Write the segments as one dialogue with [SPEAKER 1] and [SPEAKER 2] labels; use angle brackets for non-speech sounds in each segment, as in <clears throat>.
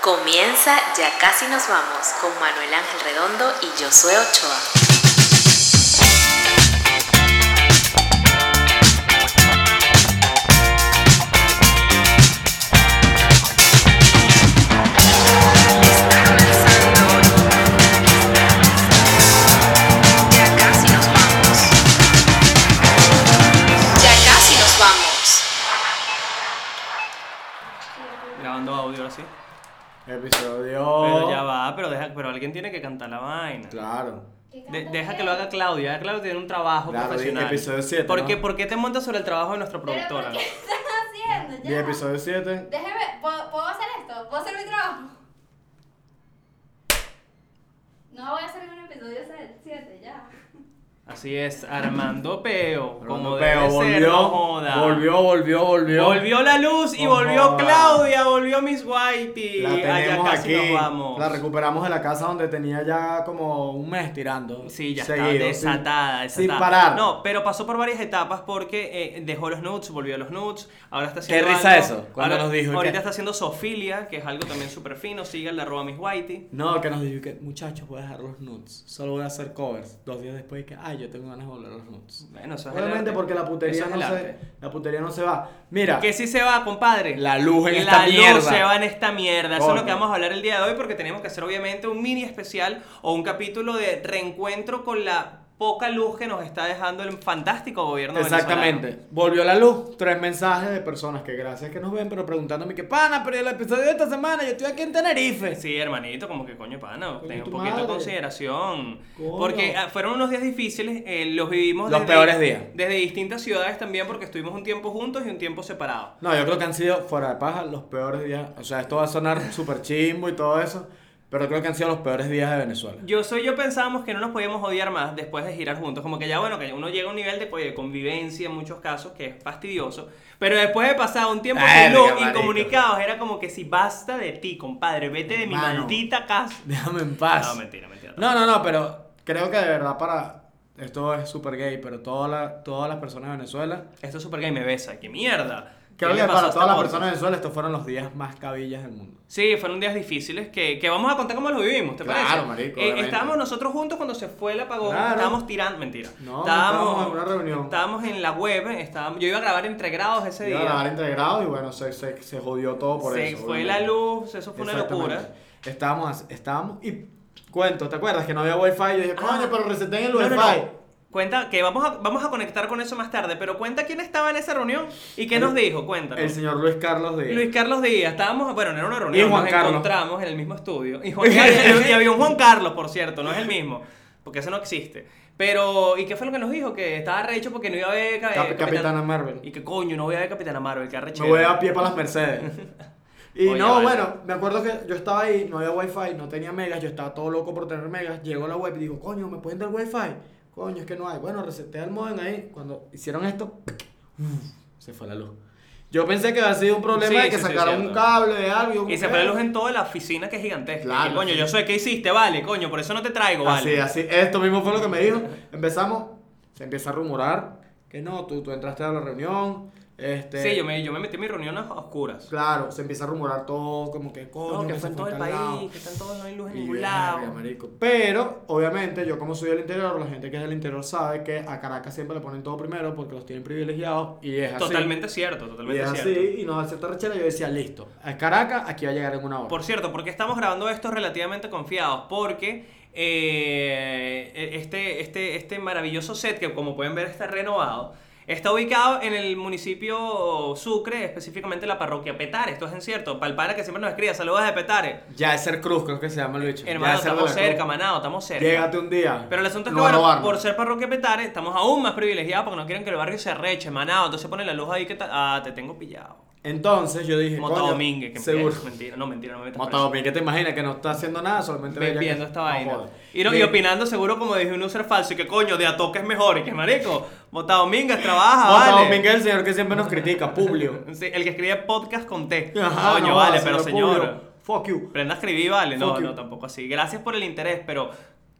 [SPEAKER 1] Comienza Ya Casi Nos Vamos con Manuel Ángel Redondo y Josué Ochoa.
[SPEAKER 2] Ya casi nos vamos. Ya casi nos vamos.
[SPEAKER 3] Grabando audio ahora sí.
[SPEAKER 4] Episodio.
[SPEAKER 3] Pero ya va, pero deja, pero alguien tiene que cantar la vaina.
[SPEAKER 4] Claro.
[SPEAKER 3] De- deja que lo haga Claudia. Claudia tiene un trabajo
[SPEAKER 4] Claro,
[SPEAKER 3] profesional.
[SPEAKER 4] episodio siete,
[SPEAKER 3] ¿Por,
[SPEAKER 4] ¿no?
[SPEAKER 3] qué, por qué te montas sobre el trabajo de nuestra
[SPEAKER 5] ¿Pero
[SPEAKER 3] productora?
[SPEAKER 5] por qué estás haciendo?
[SPEAKER 4] Y
[SPEAKER 5] Ya.
[SPEAKER 4] episodio 7.
[SPEAKER 5] Déjeme, ¿puedo, puedo hacer esto? ¿Puedo hacer mi trabajo? No voy a hacer un episodio 7, ya.
[SPEAKER 3] Así es, Armando Peo. como
[SPEAKER 4] Pero
[SPEAKER 3] debe ser,
[SPEAKER 4] volvió,
[SPEAKER 3] no joda.
[SPEAKER 4] volvió, volvió, volvió.
[SPEAKER 3] Volvió la luz y
[SPEAKER 4] No
[SPEAKER 3] volvió
[SPEAKER 4] joda.
[SPEAKER 3] Claudia, volvió Miss Whitey.
[SPEAKER 4] La
[SPEAKER 3] Ay, ya
[SPEAKER 4] tenemos
[SPEAKER 3] casi
[SPEAKER 4] aquí.
[SPEAKER 3] nos vamos.
[SPEAKER 4] La recuperamos de la casa donde tenía ya como un mes tirando.
[SPEAKER 3] Sí, ya
[SPEAKER 4] seguido,
[SPEAKER 3] está
[SPEAKER 4] sin-
[SPEAKER 3] desatada,
[SPEAKER 4] Sin,
[SPEAKER 3] desatada.
[SPEAKER 4] parar.
[SPEAKER 3] No, pero pasó por varias etapas porque eh, dejó los nudes, volvió a los nudes, ahora está
[SPEAKER 4] Qué
[SPEAKER 3] haciendo
[SPEAKER 4] risa
[SPEAKER 3] algo.
[SPEAKER 4] eso, cuando
[SPEAKER 3] Ahora-
[SPEAKER 4] nos dijo que-
[SPEAKER 3] Ahorita está haciendo sofilia, que es algo también súper fino, síganle, arroba mis whitey.
[SPEAKER 4] No, que nos dijo que muchachos voy a dejar los nudes. Solo voy a hacer covers. Dos días después que, ay, yo tengo ganas de volver a los nudes.
[SPEAKER 3] Bueno, eso es el
[SPEAKER 4] Obviamente
[SPEAKER 3] arte.
[SPEAKER 4] porque la putería,
[SPEAKER 3] Eso es
[SPEAKER 4] no
[SPEAKER 3] el
[SPEAKER 4] se,
[SPEAKER 3] arte.
[SPEAKER 4] la putería no se va. Mira,
[SPEAKER 3] ¿Y qué sí se va, compadre?
[SPEAKER 4] La luz en
[SPEAKER 3] La
[SPEAKER 4] esta
[SPEAKER 3] luz
[SPEAKER 4] mierda.
[SPEAKER 3] se va en esta mierda. Eso es lo
[SPEAKER 4] Coño.
[SPEAKER 3] que vamos a hablar el día de hoy porque tenemos que hacer obviamente un mini especial o un capítulo de reencuentro con la poca luz que nos está dejando el fantástico gobierno
[SPEAKER 4] Exactamente.
[SPEAKER 3] venezolano.
[SPEAKER 4] Volvió la luz. Tres mensajes de personas que gracias que nos ven, pero preguntándome que pana, pero el episodio de esta semana, yo estoy aquí en Tenerife.
[SPEAKER 3] Sí, hermanito, como que coño, pana,
[SPEAKER 4] Coño,
[SPEAKER 3] ten un
[SPEAKER 4] tu
[SPEAKER 3] poquito de
[SPEAKER 4] madre.
[SPEAKER 3] consideración.
[SPEAKER 4] Coño.
[SPEAKER 3] Porque ah, fueron unos días difíciles, eh, los vivimos
[SPEAKER 4] Los peores días.
[SPEAKER 3] Desde distintas ciudades también, porque estuvimos un tiempo juntos y un tiempo separados.
[SPEAKER 4] No, yo creo que han sido fuera de paja los peores días. O sea, esto va a sonar <laughs> súper chimbo y todo eso, pero creo que han sido los peores días de Venezuela. <laughs>
[SPEAKER 3] Yo soy yo pensábamos que no nos podíamos odiar más después de girar juntos, como que ya bueno, que uno llega a un nivel de, pues, de convivencia en muchos casos que es fastidioso, pero después de pasar un tiempo sin
[SPEAKER 4] Verga,
[SPEAKER 3] luz,
[SPEAKER 4] marico.
[SPEAKER 3] incomunicados, era como que si basta de ti, compadre, vete de mi
[SPEAKER 4] Mano.
[SPEAKER 3] maldita casa.
[SPEAKER 4] Déjame en paz.
[SPEAKER 3] No, mentira, mentira.
[SPEAKER 4] No, no, no, pero creo que de verdad para. Esto es súper gay, pero toda la- todas las personas de Venezuela.
[SPEAKER 3] Esto es super gay, me besa, qué mierda.
[SPEAKER 4] Creo
[SPEAKER 3] ¿Qué
[SPEAKER 4] que
[SPEAKER 3] le pasó a este
[SPEAKER 4] para
[SPEAKER 3] esta
[SPEAKER 4] todas las
[SPEAKER 3] cosa?
[SPEAKER 4] personas de Venezuela, estos fueron los días más cabillas del mundo.
[SPEAKER 3] Sí, fueron días difíciles que, que vamos a contar cómo los vivimos, ¿te
[SPEAKER 4] Claro,
[SPEAKER 3] parece?
[SPEAKER 4] marico,
[SPEAKER 3] Eh,
[SPEAKER 4] obviamente.
[SPEAKER 3] estábamos nosotros juntos cuando se fue el apagón,
[SPEAKER 4] Claro.
[SPEAKER 3] estábamos tirando, mentira.
[SPEAKER 4] No, estábamos en una reunión.
[SPEAKER 3] Estábamos en la web, estábamos, yo iba a grabar entre grados ese
[SPEAKER 4] Iba a
[SPEAKER 3] día.
[SPEAKER 4] grabar entre grados y bueno, se, se, se jodió todo por
[SPEAKER 3] se
[SPEAKER 4] eso.
[SPEAKER 3] fue
[SPEAKER 4] obviamente.
[SPEAKER 3] la luz, eso fue una
[SPEAKER 4] Exactamente.
[SPEAKER 3] locura.
[SPEAKER 4] Estábamos, así- estábamos y cuento, ¿te acuerdas que no había wifi? Yo dije, coño, pero reseten el
[SPEAKER 3] No,
[SPEAKER 4] wifi.
[SPEAKER 3] no, no. Cuenta que vamos a, vamos a conectar con eso más tarde, pero cuenta quién estaba en esa reunión y qué nos dijo, cuéntanos.
[SPEAKER 4] El señor Luis Carlos de
[SPEAKER 3] Luis Carlos Díaz, estábamos, bueno, no era una reunión,
[SPEAKER 4] Y Juan
[SPEAKER 3] nos
[SPEAKER 4] Carlos.
[SPEAKER 3] encontramos en el mismo estudio. Y, Juan
[SPEAKER 4] <laughs>
[SPEAKER 3] Carlos- y había un Juan Carlos, por cierto, no es el mismo, porque eso no existe. Pero, ¿y qué fue lo que nos dijo? Que estaba rehecho porque no iba a haber eh,
[SPEAKER 4] Cap-
[SPEAKER 3] Capitán-
[SPEAKER 4] Capitana Marvel.
[SPEAKER 3] Y que coño, no voy a ver Capitana Marvel, que arrecho.
[SPEAKER 4] Me voy a pie para
[SPEAKER 3] <laughs>
[SPEAKER 4] las Mercedes. Y
[SPEAKER 3] Oye,
[SPEAKER 4] no,
[SPEAKER 3] vale.
[SPEAKER 4] bueno, me acuerdo que yo estaba ahí, no había wifi, no tenía megas, yo estaba todo loco por tener megas. Llego a la web y digo, coño, ¿me pueden dar wifi? Coño, es que no hay. Bueno, reseté el modem ahí. Cuando hicieron esto, se fue la luz. Yo pensé que había sido un problema
[SPEAKER 3] Sí,
[SPEAKER 4] de que
[SPEAKER 3] sí, sí,
[SPEAKER 4] sacaron
[SPEAKER 3] cierto.
[SPEAKER 4] un cable de algo. un
[SPEAKER 3] Y se fue la
[SPEAKER 4] pedo.
[SPEAKER 3] luz en toda la oficina que es gigantesca.
[SPEAKER 4] Claro,
[SPEAKER 3] Y, coño,
[SPEAKER 4] sí.
[SPEAKER 3] yo sé qué hiciste, vale, coño, por eso no te traigo,
[SPEAKER 4] Así,
[SPEAKER 3] vale.
[SPEAKER 4] así, esto mismo fue lo que me dijo. Empezamos, se empieza a rumorar que no, tú, tú entraste a la reunión. Este,
[SPEAKER 3] Sí, yo me, yo me metí en mi reunión a oscuras.
[SPEAKER 4] Claro, se empieza a rumorar todo, como que coño,
[SPEAKER 3] No, que
[SPEAKER 4] se
[SPEAKER 3] fue en todo el
[SPEAKER 4] para
[SPEAKER 3] país,
[SPEAKER 4] tal lado.
[SPEAKER 3] que están todos, no hay luz en
[SPEAKER 4] Y
[SPEAKER 3] ningún
[SPEAKER 4] verga,
[SPEAKER 3] lado.
[SPEAKER 4] marico. Pero, obviamente, yo como soy del interior, la gente que es del interior sabe que a Caracas siempre le ponen todo primero porque los tienen privilegiados y es así.
[SPEAKER 3] Totalmente cierto,
[SPEAKER 4] Y
[SPEAKER 3] totalmente
[SPEAKER 4] es
[SPEAKER 3] cierto.
[SPEAKER 4] así, y nos da cierta rechera. Yo decía, listo, a Caracas, aquí va a llegar en una hora.
[SPEAKER 3] Por cierto, porque estamos grabando esto relativamente confiados, porque eh, este, este, este maravilloso set, que como pueden ver está renovado, está ubicado en el municipio Sucre, específicamente la parroquia Petare. Esto es en cierto, para el pana que siempre nos escribe, saludos de Petare.
[SPEAKER 4] Ya es ser cruz, creo que se llama el bicho.
[SPEAKER 3] Hermano,
[SPEAKER 4] Yacer de la
[SPEAKER 3] estamos
[SPEAKER 4] Cruz.
[SPEAKER 3] cerca, manado, estamos cerca.
[SPEAKER 4] Llégate un día.
[SPEAKER 3] Pero el asunto es
[SPEAKER 4] Lo
[SPEAKER 3] que,
[SPEAKER 4] van a
[SPEAKER 3] bueno,
[SPEAKER 4] robar.
[SPEAKER 3] por ser parroquia Petare, estamos aún más privilegiados porque no quieren que el barrio se arreche, manado. Entonces ponen la luz ahí que ta- Ah, te tengo pillado.
[SPEAKER 4] Entonces yo dije,
[SPEAKER 3] Mota
[SPEAKER 4] coño,
[SPEAKER 3] Domínguez, que
[SPEAKER 4] seguro.
[SPEAKER 3] mentira, no, mentira, no me
[SPEAKER 4] <laughs>
[SPEAKER 3] metas
[SPEAKER 4] Mota
[SPEAKER 3] preso.
[SPEAKER 4] Domínguez, te imaginas que no está haciendo nada, solamente
[SPEAKER 3] Ve-
[SPEAKER 4] veía que-
[SPEAKER 3] viendo esta
[SPEAKER 4] no
[SPEAKER 3] vaina.
[SPEAKER 4] jodas.
[SPEAKER 3] Y, no- y
[SPEAKER 4] Bien.
[SPEAKER 3] opinando seguro como dije un user falso, y que coño, de a toque es mejor, y que marico, Mota Domínguez trabaja,
[SPEAKER 4] Mota
[SPEAKER 3] Ah, vale.
[SPEAKER 4] Ah, Domínguez es el señor que siempre nos critica,
[SPEAKER 3] <laughs>
[SPEAKER 4] Publio.
[SPEAKER 3] Sí, el que escribe podcast con T.
[SPEAKER 4] Ajá,
[SPEAKER 3] coño,
[SPEAKER 4] no jodas,
[SPEAKER 3] vale, pero señor,
[SPEAKER 4] Publio, Fuck you.
[SPEAKER 3] prenda a escribir, vale. No,
[SPEAKER 4] Fuck you.
[SPEAKER 3] no, tampoco así. Gracias por el interés, pero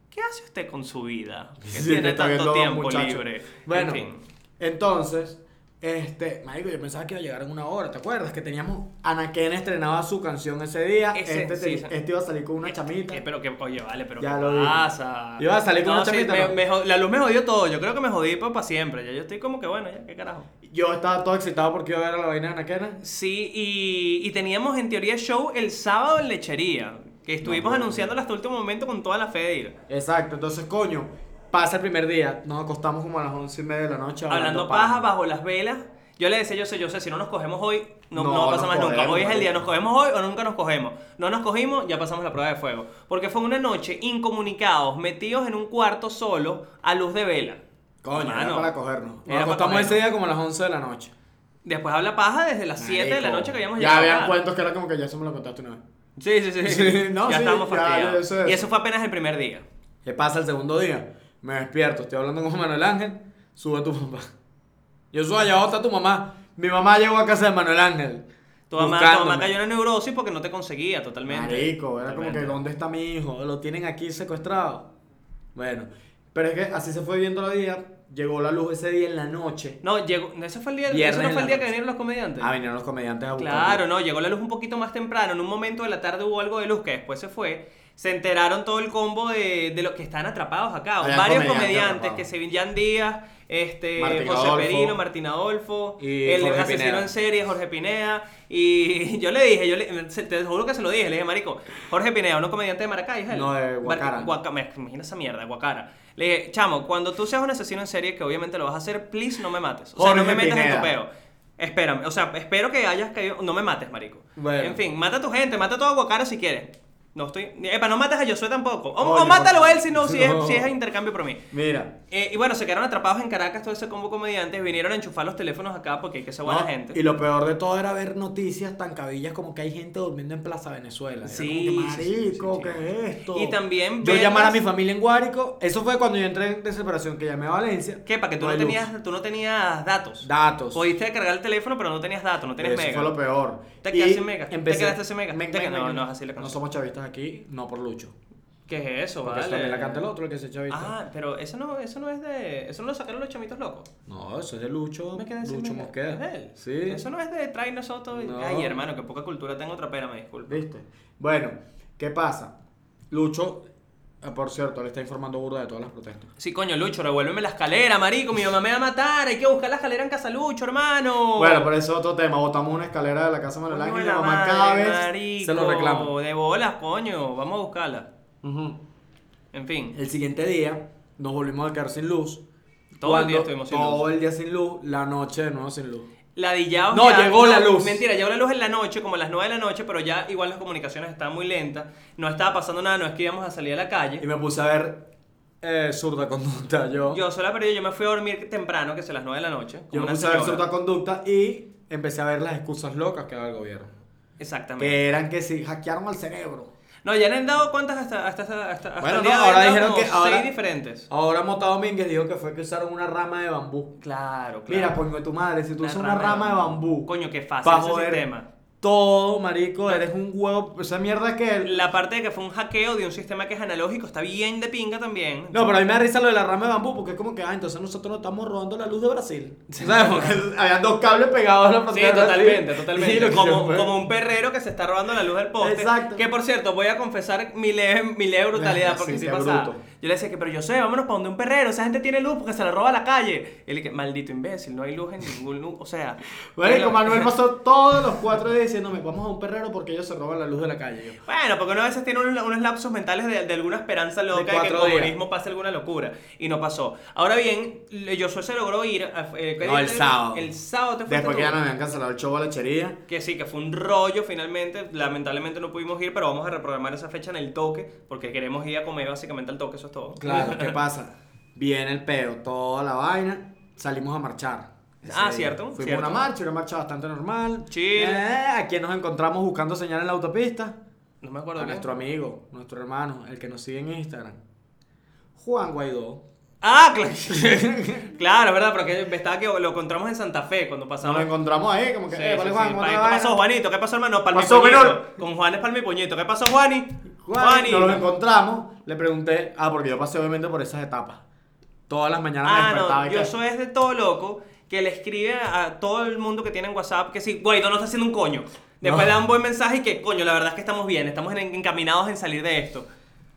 [SPEAKER 3] ¿qué hace
[SPEAKER 4] <laughs>
[SPEAKER 3] usted con su vida? Que
[SPEAKER 4] Sí,
[SPEAKER 3] tiene
[SPEAKER 4] que está
[SPEAKER 3] tanto
[SPEAKER 4] viendo,
[SPEAKER 3] tiempo
[SPEAKER 4] muchacho.
[SPEAKER 3] libre.
[SPEAKER 4] Bueno,
[SPEAKER 3] En fin.
[SPEAKER 4] entonces, Este, marico, yo pensaba que iba a llegar en una hora, ¿te acuerdas? Que teníamos, Anaquén estrenaba su canción ese día,
[SPEAKER 3] Ese-
[SPEAKER 4] este,
[SPEAKER 3] sí,
[SPEAKER 4] te-
[SPEAKER 3] ese-
[SPEAKER 4] este iba a salir con una
[SPEAKER 3] Eh,
[SPEAKER 4] chamita.
[SPEAKER 3] eh, pero que, oye, vale, pero
[SPEAKER 4] Ya
[SPEAKER 3] ¿qué
[SPEAKER 4] lo dije.
[SPEAKER 3] pasa?
[SPEAKER 4] Iba a salir con
[SPEAKER 3] No,
[SPEAKER 4] una
[SPEAKER 3] sí,
[SPEAKER 4] chamita,
[SPEAKER 3] me-
[SPEAKER 4] ¿no?
[SPEAKER 3] me jod- La luz me jodió todo, yo creo que me jodí pues, para siempre, ya yo estoy como que bueno, ya, qué carajo.
[SPEAKER 4] Yo estaba todo excitado porque iba a ver a la vaina de Anaquén.
[SPEAKER 3] Sí, y, y teníamos en teoría show el sábado en lechería, que estuvimos anunciándolo hasta el último momento con toda la fe de ir.
[SPEAKER 4] Exacto, entonces, coño, pasa el primer día, nos acostamos como a las once y media de la noche.
[SPEAKER 3] Hablando paja bajo las velas, yo le decía, yo sé, yo sé, si no nos cogemos hoy, no,
[SPEAKER 4] No,
[SPEAKER 3] no, pasa
[SPEAKER 4] nos
[SPEAKER 3] más nunca.
[SPEAKER 4] cogemos,
[SPEAKER 3] Hoy es el día,
[SPEAKER 4] marico.
[SPEAKER 3] nos cogemos hoy o nunca nos cogemos. No nos cogimos, ya pasamos la prueba de fuego. Porque fue una noche incomunicados, metidos en un cuarto solo, a luz de vela.
[SPEAKER 4] Coño, era
[SPEAKER 3] Mano.
[SPEAKER 4] para cogernos. Nos
[SPEAKER 3] Era para
[SPEAKER 4] acostamos
[SPEAKER 3] cogernos.
[SPEAKER 4] ese día como a las once de la noche.
[SPEAKER 3] Después habla paja desde las 7 de la
[SPEAKER 4] Marico,
[SPEAKER 3] noche que habíamos
[SPEAKER 4] Ya
[SPEAKER 3] llegado.
[SPEAKER 4] habían
[SPEAKER 3] tarde.
[SPEAKER 4] cuentos que era como que ya se me lo contaste una vez.
[SPEAKER 3] Sí, sí, sí.
[SPEAKER 4] <laughs> Sí, no,
[SPEAKER 3] ya
[SPEAKER 4] sí,
[SPEAKER 3] estábamos
[SPEAKER 4] ya,
[SPEAKER 3] fastidiados.
[SPEAKER 4] eso es.
[SPEAKER 3] Y eso fue apenas el primer día.
[SPEAKER 4] ¿Qué pasa el segundo día? Me despierto, estoy hablando con Manuel Ángel, sube tu papá. Yo subo allá, está tu mamá. Mi mamá llegó a casa de Manuel Ángel.
[SPEAKER 3] Tu mamá, tu
[SPEAKER 4] buscándome.
[SPEAKER 3] mamá cayó en una neurosis porque no te conseguía totalmente.
[SPEAKER 4] Marico, era como que
[SPEAKER 3] Totalmente.
[SPEAKER 4] ¿dónde está mi hijo? Lo tienen aquí secuestrado. Bueno, pero es que así se fue viendo la vida. Llegó la luz ese día en la noche.
[SPEAKER 3] No, llegó. Ese fue el día,
[SPEAKER 4] Viernes
[SPEAKER 3] ese no
[SPEAKER 4] en
[SPEAKER 3] fue el
[SPEAKER 4] la
[SPEAKER 3] día que
[SPEAKER 4] noche.
[SPEAKER 3] vinieron los comediantes.
[SPEAKER 4] Ah, vinieron los comediantes a buscar.
[SPEAKER 3] Claro, no, llegó la luz un poquito más temprano. En un momento de la tarde hubo algo de luz que después se fue. Se enteraron todo el combo de, de los que están atrapados acá.
[SPEAKER 4] Habían
[SPEAKER 3] Varios
[SPEAKER 4] comediantes
[SPEAKER 3] comediantes
[SPEAKER 4] atrapados.
[SPEAKER 3] que se Jan Díaz, este,
[SPEAKER 4] Martín
[SPEAKER 3] José
[SPEAKER 4] Adolfo.
[SPEAKER 3] Perino, Martín Adolfo,
[SPEAKER 4] Y
[SPEAKER 3] el
[SPEAKER 4] Jorge
[SPEAKER 3] asesino
[SPEAKER 4] Pineda.
[SPEAKER 3] en serie, Jorge Pinea. Y <laughs> yo le dije, yo le- se- te juro que se lo dije, le dije, Marico, Jorge Pinea, un comediante de Maracay, ¿es él?
[SPEAKER 4] No, de
[SPEAKER 3] Mar-
[SPEAKER 4] Guacara.
[SPEAKER 3] Guaca- me imagina esa mierda, Guacara. Le dije, chamo, cuando tú seas un asesino en serie, que obviamente lo vas a hacer, please no me mates. O sea, no me
[SPEAKER 4] Jorge
[SPEAKER 3] metas en tu
[SPEAKER 4] Pineda.
[SPEAKER 3] peo. Espérame, o sea, espero que hayas caído. No me mates, marico.
[SPEAKER 4] Bueno.
[SPEAKER 3] En fin, mata a tu gente, mata a tu aguacara si quieres. No estoy. Epa, no mates a Josué tampoco. O,
[SPEAKER 4] Oye,
[SPEAKER 3] o mátalo a él si no,
[SPEAKER 4] por-
[SPEAKER 3] si, es,
[SPEAKER 4] <laughs> no.
[SPEAKER 3] si es intercambio por mí.
[SPEAKER 4] Mira.
[SPEAKER 3] Eh, y bueno, se quedaron atrapados en Caracas todo ese combo comediantes. Vinieron a enchufar los teléfonos acá porque hay que ser buena
[SPEAKER 4] ¿no?
[SPEAKER 3] gente.
[SPEAKER 4] Y lo peor de todo era ver noticias tan cabillas como que hay gente durmiendo en Plaza Venezuela. Era
[SPEAKER 3] Sí,
[SPEAKER 4] como
[SPEAKER 3] sí,
[SPEAKER 4] que,
[SPEAKER 3] sí,
[SPEAKER 4] marico,
[SPEAKER 3] sí, sí.
[SPEAKER 4] ¿qué es esto?
[SPEAKER 3] Y también
[SPEAKER 4] Yo
[SPEAKER 3] ver
[SPEAKER 4] llamar a
[SPEAKER 3] las-
[SPEAKER 4] mi familia en Guárico. Eso fue cuando yo entré en desesperación, que llamé a Valencia.
[SPEAKER 3] ¿Qué? Para que tú no,
[SPEAKER 4] hay luz.
[SPEAKER 3] tenías, tú no tenías datos.
[SPEAKER 4] datos.
[SPEAKER 3] Podiste cargar el teléfono, pero no tenías datos, no tenías
[SPEAKER 4] Eso
[SPEAKER 3] mega.
[SPEAKER 4] fue lo peor.
[SPEAKER 3] Te
[SPEAKER 4] Y
[SPEAKER 3] quedaste sin mega, te
[SPEAKER 4] empecé-
[SPEAKER 3] quedaste sin mega, te qued- no, no, así la
[SPEAKER 4] No
[SPEAKER 3] canción.
[SPEAKER 4] somos chavistas aquí, no por Lucho.
[SPEAKER 3] ¿Qué es eso,
[SPEAKER 4] Porque
[SPEAKER 3] vale?
[SPEAKER 4] eso también la canta el otro, el que se chavista.
[SPEAKER 3] Ah, pero eso no, eso no es de. Eso no lo sacaron los chamitos locos.
[SPEAKER 4] No, eso es de Lucho.
[SPEAKER 3] Me quedé sin
[SPEAKER 4] Lucho
[SPEAKER 3] manga.
[SPEAKER 4] Mosqueda.
[SPEAKER 3] ¿Es de él?
[SPEAKER 4] Sí.
[SPEAKER 3] Eso no es de Train nosotros.
[SPEAKER 4] No.
[SPEAKER 3] Ay, hermano, que poca cultura tengo otra pena, me disculpo.
[SPEAKER 4] ¿Viste? Bueno, ¿qué pasa? Lucho, eh, por cierto, le está informando burda de todas las protestas.
[SPEAKER 3] Sí, coño, Lucho, revuélveme la escalera, marico. Mi mamá me va a matar. Hay que buscar la escalera en casa Lucho, hermano.
[SPEAKER 4] Bueno, pero eso es otro tema. Botamos una escalera de la casa de Manuel
[SPEAKER 3] Oh. Coño de
[SPEAKER 4] Ángel y
[SPEAKER 3] la
[SPEAKER 4] la mamá
[SPEAKER 3] madre,
[SPEAKER 4] cada vez
[SPEAKER 3] marico,
[SPEAKER 4] se lo reclama.
[SPEAKER 3] De bolas, coño. Vamos a buscarla.
[SPEAKER 4] Ujú.
[SPEAKER 3] En fin.
[SPEAKER 4] El siguiente día nos volvimos a quedar sin luz.
[SPEAKER 3] Todo el día estuvimos sin luz.
[SPEAKER 4] Todo el día sin luz, la noche de nuevo sin luz.
[SPEAKER 3] Ladillados
[SPEAKER 4] No,
[SPEAKER 3] ya-
[SPEAKER 4] llegó la luz.
[SPEAKER 3] Mentira, llegó la luz en la noche, como a las 9 de la noche, pero ya igual las comunicaciones estaban muy lentas. No estaba pasando nada, no es que íbamos a salir a la calle.
[SPEAKER 4] Y me puse a ver eh, zurda conducta yo.
[SPEAKER 3] Yo sola perdida, yo me fui a dormir temprano, que es a las 9 de la noche. como
[SPEAKER 4] Yo me
[SPEAKER 3] una
[SPEAKER 4] puse a ver
[SPEAKER 3] señora.
[SPEAKER 4] zurda conducta y empecé a ver las excusas locas que daba el gobierno.
[SPEAKER 3] Exactamente.
[SPEAKER 4] Que eran que si hackearon al cerebro.
[SPEAKER 3] No, ya le han dado cuántas hasta, hasta, hasta, hasta
[SPEAKER 4] Bueno,
[SPEAKER 3] el
[SPEAKER 4] no,
[SPEAKER 3] día de hoy,
[SPEAKER 4] ahora
[SPEAKER 3] han dado
[SPEAKER 4] dijeron
[SPEAKER 3] como
[SPEAKER 4] que ahora-
[SPEAKER 3] seis diferentes.
[SPEAKER 4] Ahora Mota Domínguez dijo que fue que usaron una rama de bambú.
[SPEAKER 3] Claro, claro.
[SPEAKER 4] Mira, coño de tu madre, si tú usas una rama de bambú.
[SPEAKER 3] Coño, qué fácil
[SPEAKER 4] pa'
[SPEAKER 3] ese
[SPEAKER 4] joder
[SPEAKER 3] sistema.
[SPEAKER 4] Todo, marico, eres un huevo. Esa mierda que.
[SPEAKER 3] La parte de que fue un hackeo de un sistema que es analógico está bien de pinga también.
[SPEAKER 4] No, pero a mí me da risa lo de la rama de bambú porque es como que, ah, entonces nosotros nos estamos robando la luz de Brasil.
[SPEAKER 3] <laughs>
[SPEAKER 4] ¿Sabes? Porque <laughs> habían dos cables pegados a la
[SPEAKER 3] Sí,
[SPEAKER 4] frontera de Brasil.
[SPEAKER 3] totalmente,
[SPEAKER 4] <laughs> Y lo
[SPEAKER 3] totalmente.
[SPEAKER 4] que se
[SPEAKER 3] Como,
[SPEAKER 4] fue-
[SPEAKER 3] como un perrero que se está robando la luz del poste.
[SPEAKER 4] Exacto.
[SPEAKER 3] Que por cierto, voy a confesar mi leve, mi
[SPEAKER 4] <laughs>
[SPEAKER 3] leve brutalidad
[SPEAKER 4] Sí,
[SPEAKER 3] porque sí,
[SPEAKER 4] qué
[SPEAKER 3] pasaba.
[SPEAKER 4] bruto.
[SPEAKER 3] Yo le decía que, pero yo sé, vámonos para donde un perrero, esa gente tiene luz porque se la roba a la calle. Él que, maldito imbécil, no hay luz en ningún luz. O sea.
[SPEAKER 4] Bueno, y
[SPEAKER 3] la-
[SPEAKER 4] con <laughs> Manuel pasó todos los cuatro días diciéndome, vamos a un perrero porque ellos se roban la luz de la calle. Yo,
[SPEAKER 3] Bueno, porque uno a veces tiene un- unos lapsos mentales de, de alguna esperanza loca de, que el
[SPEAKER 4] cuatro días.
[SPEAKER 3] comunismo pase alguna locura. Y no pasó. Ahora bien, le- Josué se logró ir. a- eh, ¿qué
[SPEAKER 4] No,
[SPEAKER 3] día
[SPEAKER 4] el
[SPEAKER 3] te-
[SPEAKER 4] sábado.
[SPEAKER 3] El sábado te fuiste
[SPEAKER 4] Después que
[SPEAKER 3] tú.
[SPEAKER 4] ya nos habían cancelado el show a la lechería.
[SPEAKER 3] Que sí, que fue un rollo finalmente. Lamentablemente no pudimos ir, pero vamos a reprogramar esa fecha en el toque. Porque queremos ir a comer básicamente al toque, eso es todo.
[SPEAKER 4] Claro, ¿qué pasa? Viene el peo, toda la vaina, salimos a marchar. Ese
[SPEAKER 3] Ah,
[SPEAKER 4] día.
[SPEAKER 3] cierto,
[SPEAKER 4] Fuimos
[SPEAKER 3] cierto.
[SPEAKER 4] a una marcha, una marcha bastante normal.
[SPEAKER 3] Chill.
[SPEAKER 4] Eh, aquí nos encontramos buscando señal en la autopista.
[SPEAKER 3] No me acuerdo.
[SPEAKER 4] A
[SPEAKER 3] cómo.
[SPEAKER 4] nuestro amigo, nuestro hermano, el que nos sigue en Instagram. Juan <laughs> Guaidó.
[SPEAKER 3] Ah, claro.
[SPEAKER 4] <laughs>
[SPEAKER 3] claro, verdad, porque estaba que lo encontramos en Santa Fe cuando
[SPEAKER 4] Nos
[SPEAKER 3] pasamos.
[SPEAKER 4] lo encontramos ahí, como que,
[SPEAKER 3] Sí,
[SPEAKER 4] eh, vale,
[SPEAKER 3] sí,
[SPEAKER 4] Juan,
[SPEAKER 3] sí.
[SPEAKER 4] ¿cómo
[SPEAKER 3] Pa-
[SPEAKER 4] te
[SPEAKER 3] ¿Qué
[SPEAKER 4] va?
[SPEAKER 3] pasó, Juanito? ¿Qué pasó, hermano? Palmi
[SPEAKER 4] Pasó,
[SPEAKER 3] Puñito.
[SPEAKER 4] menor.
[SPEAKER 3] Con Juan es palmi puñito. ¿Qué pasó, Juani?
[SPEAKER 4] Juan, nos lo encontramos, le pregunté, ah, porque yo pasé obviamente por esas etapas. Todas las mañanas me
[SPEAKER 3] Ah,
[SPEAKER 4] despertaba
[SPEAKER 3] no,
[SPEAKER 4] y
[SPEAKER 3] yo
[SPEAKER 4] que-
[SPEAKER 3] soy es de todo loco que le escribe a a todo el mundo que tiene en WhatsApp que sí, Guaidó no está haciendo un coño. Después
[SPEAKER 4] No.
[SPEAKER 3] le da un buen mensaje y que, coño, la verdad es que estamos bien, estamos en- encaminados en salir de esto.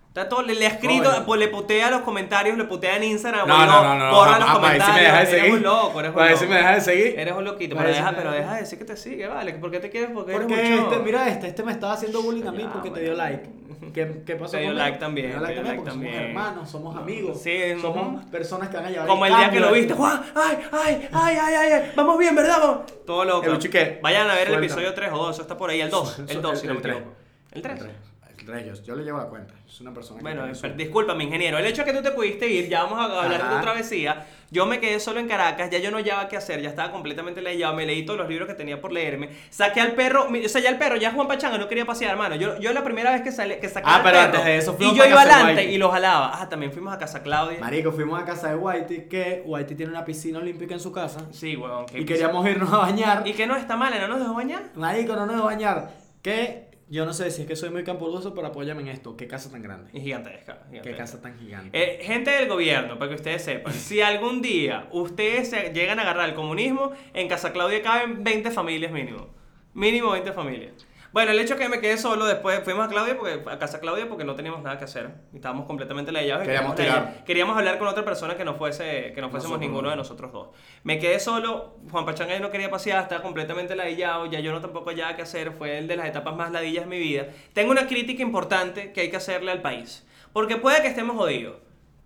[SPEAKER 3] Está todo, le, le ha escrito,
[SPEAKER 4] Coño.
[SPEAKER 3] pues, le putea los comentarios, le putea en Instagram.
[SPEAKER 4] No,
[SPEAKER 3] Guaidó,
[SPEAKER 4] no, no, no.
[SPEAKER 3] Borra los
[SPEAKER 4] ah, para ver
[SPEAKER 3] comentarios.
[SPEAKER 4] si me deja de seguir.
[SPEAKER 3] Eres un loco, eres un
[SPEAKER 4] Para ver si
[SPEAKER 3] loco.
[SPEAKER 4] me deja de seguir.
[SPEAKER 3] Eres un loquito, pero
[SPEAKER 4] Para ver si
[SPEAKER 3] deja,
[SPEAKER 4] me
[SPEAKER 3] pero
[SPEAKER 4] deja-
[SPEAKER 3] deja de decir que te sigue, vale. ¿Por qué te quieres? Porque eres
[SPEAKER 4] Porque
[SPEAKER 3] mucho.
[SPEAKER 4] este, mira este, este me estaba haciendo bullying a mí
[SPEAKER 3] Ya,
[SPEAKER 4] porque
[SPEAKER 3] bueno.
[SPEAKER 4] te dio like. ¿Qué, qué pasó
[SPEAKER 3] Te dio
[SPEAKER 4] conmigo?
[SPEAKER 3] like también,
[SPEAKER 4] Te dio like también, porque somos
[SPEAKER 3] también.
[SPEAKER 4] hermanos, somos amigos.
[SPEAKER 3] Sí,
[SPEAKER 4] somos
[SPEAKER 3] ujú.
[SPEAKER 4] personas que van a llevar
[SPEAKER 3] Como el día que
[SPEAKER 4] cambio.
[SPEAKER 3] lo viste, Juan, ay, ay, ay, ay, ay, ay, vamos bien, ¿verdad? Vamos? Todo loco.
[SPEAKER 4] El bicho que-
[SPEAKER 3] Vayan a ver el
[SPEAKER 4] Suelta.
[SPEAKER 3] episodio 3 o 2, eso está por ahí, el 2,
[SPEAKER 4] Eso-
[SPEAKER 3] el 2, si no
[SPEAKER 4] el
[SPEAKER 3] me
[SPEAKER 4] tres.
[SPEAKER 3] equivoco. El 3.
[SPEAKER 4] El tres. El tres, yo, yo le llevo la cuenta. Es una persona que
[SPEAKER 3] Bueno,
[SPEAKER 4] tiene
[SPEAKER 3] eh,
[SPEAKER 4] su-
[SPEAKER 3] per- discúlpame, ingeniero. El hecho de que tú te pudiste ir, ya vamos a hablar de
[SPEAKER 4] Ajá.
[SPEAKER 3] tu travesía. Yo me quedé solo en Caracas, ya yo no hallaba qué hacer, ya estaba completamente leyado, me leí todos los libros que tenía por leerme. Saqué al perro, mi- o sea, ya el perro, ya Juan Pachanga no quería pasear, hermano. Yo, yo la primera vez que, salí, que saqué
[SPEAKER 4] Ah,
[SPEAKER 3] al
[SPEAKER 4] pero
[SPEAKER 3] perro,
[SPEAKER 4] antes de eso
[SPEAKER 3] y
[SPEAKER 4] fuimos
[SPEAKER 3] yo
[SPEAKER 4] para
[SPEAKER 3] iba
[SPEAKER 4] casa de
[SPEAKER 3] adelante
[SPEAKER 4] Mike.
[SPEAKER 3] y los jalaba. Ah, también fuimos a casa Claudia.
[SPEAKER 4] Marico, fuimos a casa de Whitey que Whitey tiene una piscina olímpica en su casa
[SPEAKER 3] Sí, weón. qué
[SPEAKER 4] y queríamos irnos a bañar.
[SPEAKER 3] Y que no está mala, no nos dejó bañar.
[SPEAKER 4] Marico, no nos va a bañar. Que yo no sé si es que soy muy camporduso, pero apóyame en esto. Qué casa tan grande.
[SPEAKER 3] Y gigantesca. gigantesca.
[SPEAKER 4] Qué casa tan gigante.
[SPEAKER 3] Eh, gente del gobierno, para que ustedes sepan, si algún día ustedes se llegan a agarrar el comunismo, en Casa Claudia caben 20 familias mínimo. Mínimo 20 familias. Bueno, el hecho que me quedé solo después, fuimos a Claudia porque, a Casa Claudia porque no teníamos nada que hacer. Estábamos completamente leyados. y
[SPEAKER 4] Queríamos
[SPEAKER 3] queríamos
[SPEAKER 4] tirar.
[SPEAKER 3] Queríamos hablar con otra persona que no, fuese, que no fuésemos
[SPEAKER 4] Nosotros
[SPEAKER 3] ninguno
[SPEAKER 4] dos.
[SPEAKER 3] de nosotros dos. Me quedé solo, Juan Pachanga ya no quería pasear, estaba completamente ladillado, ya yo no tampoco hallaba qué hacer, fue el de las etapas más ladillas de mi vida. Tengo una crítica importante que hay que hacerle al país, porque puede que estemos jodidos,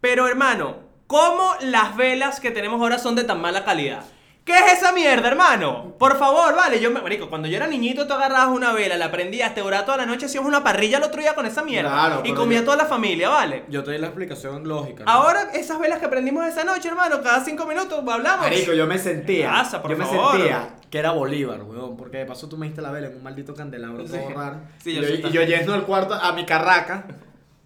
[SPEAKER 3] pero hermano, ¿cómo las velas que tenemos ahora son de tan mala calidad? ¿Qué es esa mierda, hermano? Por favor, vale, yo me... Marico, cuando yo era niñito tú agarrabas una vela, la prendías, te oraba toda la noche, hacías una parrilla el otro día con esa mierda.
[SPEAKER 4] Claro,
[SPEAKER 3] y
[SPEAKER 4] pero
[SPEAKER 3] comía
[SPEAKER 4] yo-
[SPEAKER 3] toda la familia, ¿vale?
[SPEAKER 4] Yo te di la explicación lógica. ¿no?
[SPEAKER 3] Ahora, esas velas que prendimos esa noche, hermano, cada cinco minutos hablamos.
[SPEAKER 4] Marico, yo me sentía.
[SPEAKER 3] ¿Qué pasa, por
[SPEAKER 4] yo
[SPEAKER 3] favor?
[SPEAKER 4] me sentía que era Bolívar, weón. Porque de paso tú me diste la vela en un maldito candelabro
[SPEAKER 3] Sí.
[SPEAKER 4] todo raro.
[SPEAKER 3] Sí,
[SPEAKER 4] y,
[SPEAKER 3] yo
[SPEAKER 4] yo,
[SPEAKER 3] sé
[SPEAKER 4] y yo
[SPEAKER 3] también.
[SPEAKER 4] yendo al cuarto a mi carraca,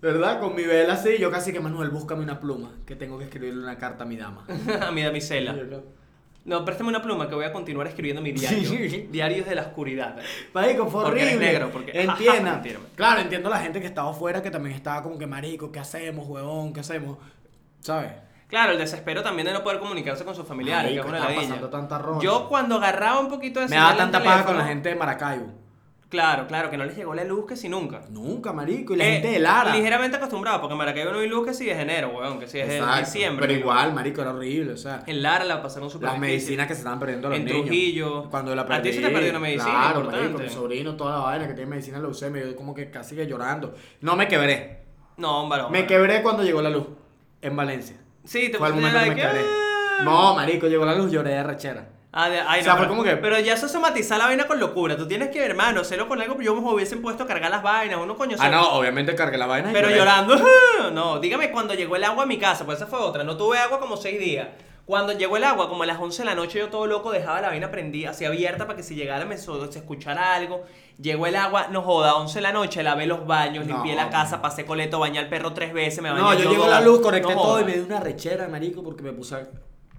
[SPEAKER 4] ¿verdad? Con mi vela así. Yo casi que Manuel, búscame una pluma. Que tengo que escribirle una carta a mi dama.
[SPEAKER 3] <laughs> a mi damisela.
[SPEAKER 4] Y yo, no.
[SPEAKER 3] No, préstame una pluma que voy a continuar escribiendo mi diario. Diarios de la oscuridad.
[SPEAKER 4] Marico, fue
[SPEAKER 3] Porque eres
[SPEAKER 4] horrible.
[SPEAKER 3] negro, porque- <laughs>
[SPEAKER 4] Entiendan.
[SPEAKER 3] Mentira, mentira.
[SPEAKER 4] claro, entiendo la gente que estaba afuera que también estaba como que, marico, ¿qué hacemos, huevón? ¿Qué hacemos? ¿Sabes?
[SPEAKER 3] Claro, el desespero también de no poder comunicarse con sus familiares,
[SPEAKER 4] Marico,
[SPEAKER 3] que es una
[SPEAKER 4] estaba
[SPEAKER 3] ladilla.
[SPEAKER 4] pasando tanta roncha.
[SPEAKER 3] Yo cuando agarraba un poquito de
[SPEAKER 4] Me daba
[SPEAKER 3] señal al
[SPEAKER 4] tanta paja con la
[SPEAKER 3] teléfono-
[SPEAKER 4] gente de Maracaibo.
[SPEAKER 3] Claro, claro, que no les llegó la luz que si nunca.
[SPEAKER 4] Nunca, marico. Y la
[SPEAKER 3] Eh,
[SPEAKER 4] gente de Lara.
[SPEAKER 3] Ligeramente acostumbrado, porque en Maracaibo no hay luz que si es enero, weón, que si es en
[SPEAKER 4] Exacto,
[SPEAKER 3] diciembre.
[SPEAKER 4] Pero igual, marico, era horrible. O sea,
[SPEAKER 3] En Lara la pasaron súper
[SPEAKER 4] las
[SPEAKER 3] difícil.
[SPEAKER 4] medicinas que se estaban perdiendo los
[SPEAKER 3] En
[SPEAKER 4] niños.
[SPEAKER 3] Trujillo.
[SPEAKER 4] Cuando la
[SPEAKER 3] A
[SPEAKER 4] perdí.
[SPEAKER 3] ti se te perdió una medicina
[SPEAKER 4] Claro, marico,
[SPEAKER 3] importante.
[SPEAKER 4] mi sobrino, toda la vaina que tiene medicina, lo usé. Me dio como que casi que llorando. No me quebré.
[SPEAKER 3] No, hombre, hombre.
[SPEAKER 4] Me quebré cuando llegó la luz. En Valencia.
[SPEAKER 3] Sí, te
[SPEAKER 4] Fue el
[SPEAKER 3] pusiste
[SPEAKER 4] momento que
[SPEAKER 3] like,
[SPEAKER 4] me quebré.
[SPEAKER 3] "Ah".
[SPEAKER 4] No, marico, llegó la luz, lloré de rechera.
[SPEAKER 3] Ah, de- ay,
[SPEAKER 4] O sea,
[SPEAKER 3] no,
[SPEAKER 4] fue
[SPEAKER 3] pero,
[SPEAKER 4] como que-
[SPEAKER 3] pero ya eso se matiza la vaina con locura. Tú tienes que, hermano, hacerlo con algo. Yo me hubiesen puesto a cargar las vainas, uno coño.
[SPEAKER 4] Ah,
[SPEAKER 3] sabe.
[SPEAKER 4] no, obviamente cargué la vaina. y
[SPEAKER 3] Pero
[SPEAKER 4] lloré.
[SPEAKER 3] llorando. <laughs> No, dígame cuando llegó el agua a mi casa, pues esa fue otra. No tuve agua como seis días. Cuando llegó el agua, como a las 11 de la noche, yo todo loco dejaba la vaina prendida, así abierta para que si llegara me so- se escuchara algo. Llegó el agua, no joda, 11 de la noche, lavé los baños,
[SPEAKER 4] No,
[SPEAKER 3] limpié la casa, pasé coleto, bañé al perro tres veces, me bañé
[SPEAKER 4] No, yo llegó la
[SPEAKER 3] dos,
[SPEAKER 4] luz, conecté
[SPEAKER 3] no
[SPEAKER 4] todo y
[SPEAKER 3] joda.
[SPEAKER 4] me dio una rechera, marico, porque me puse. a-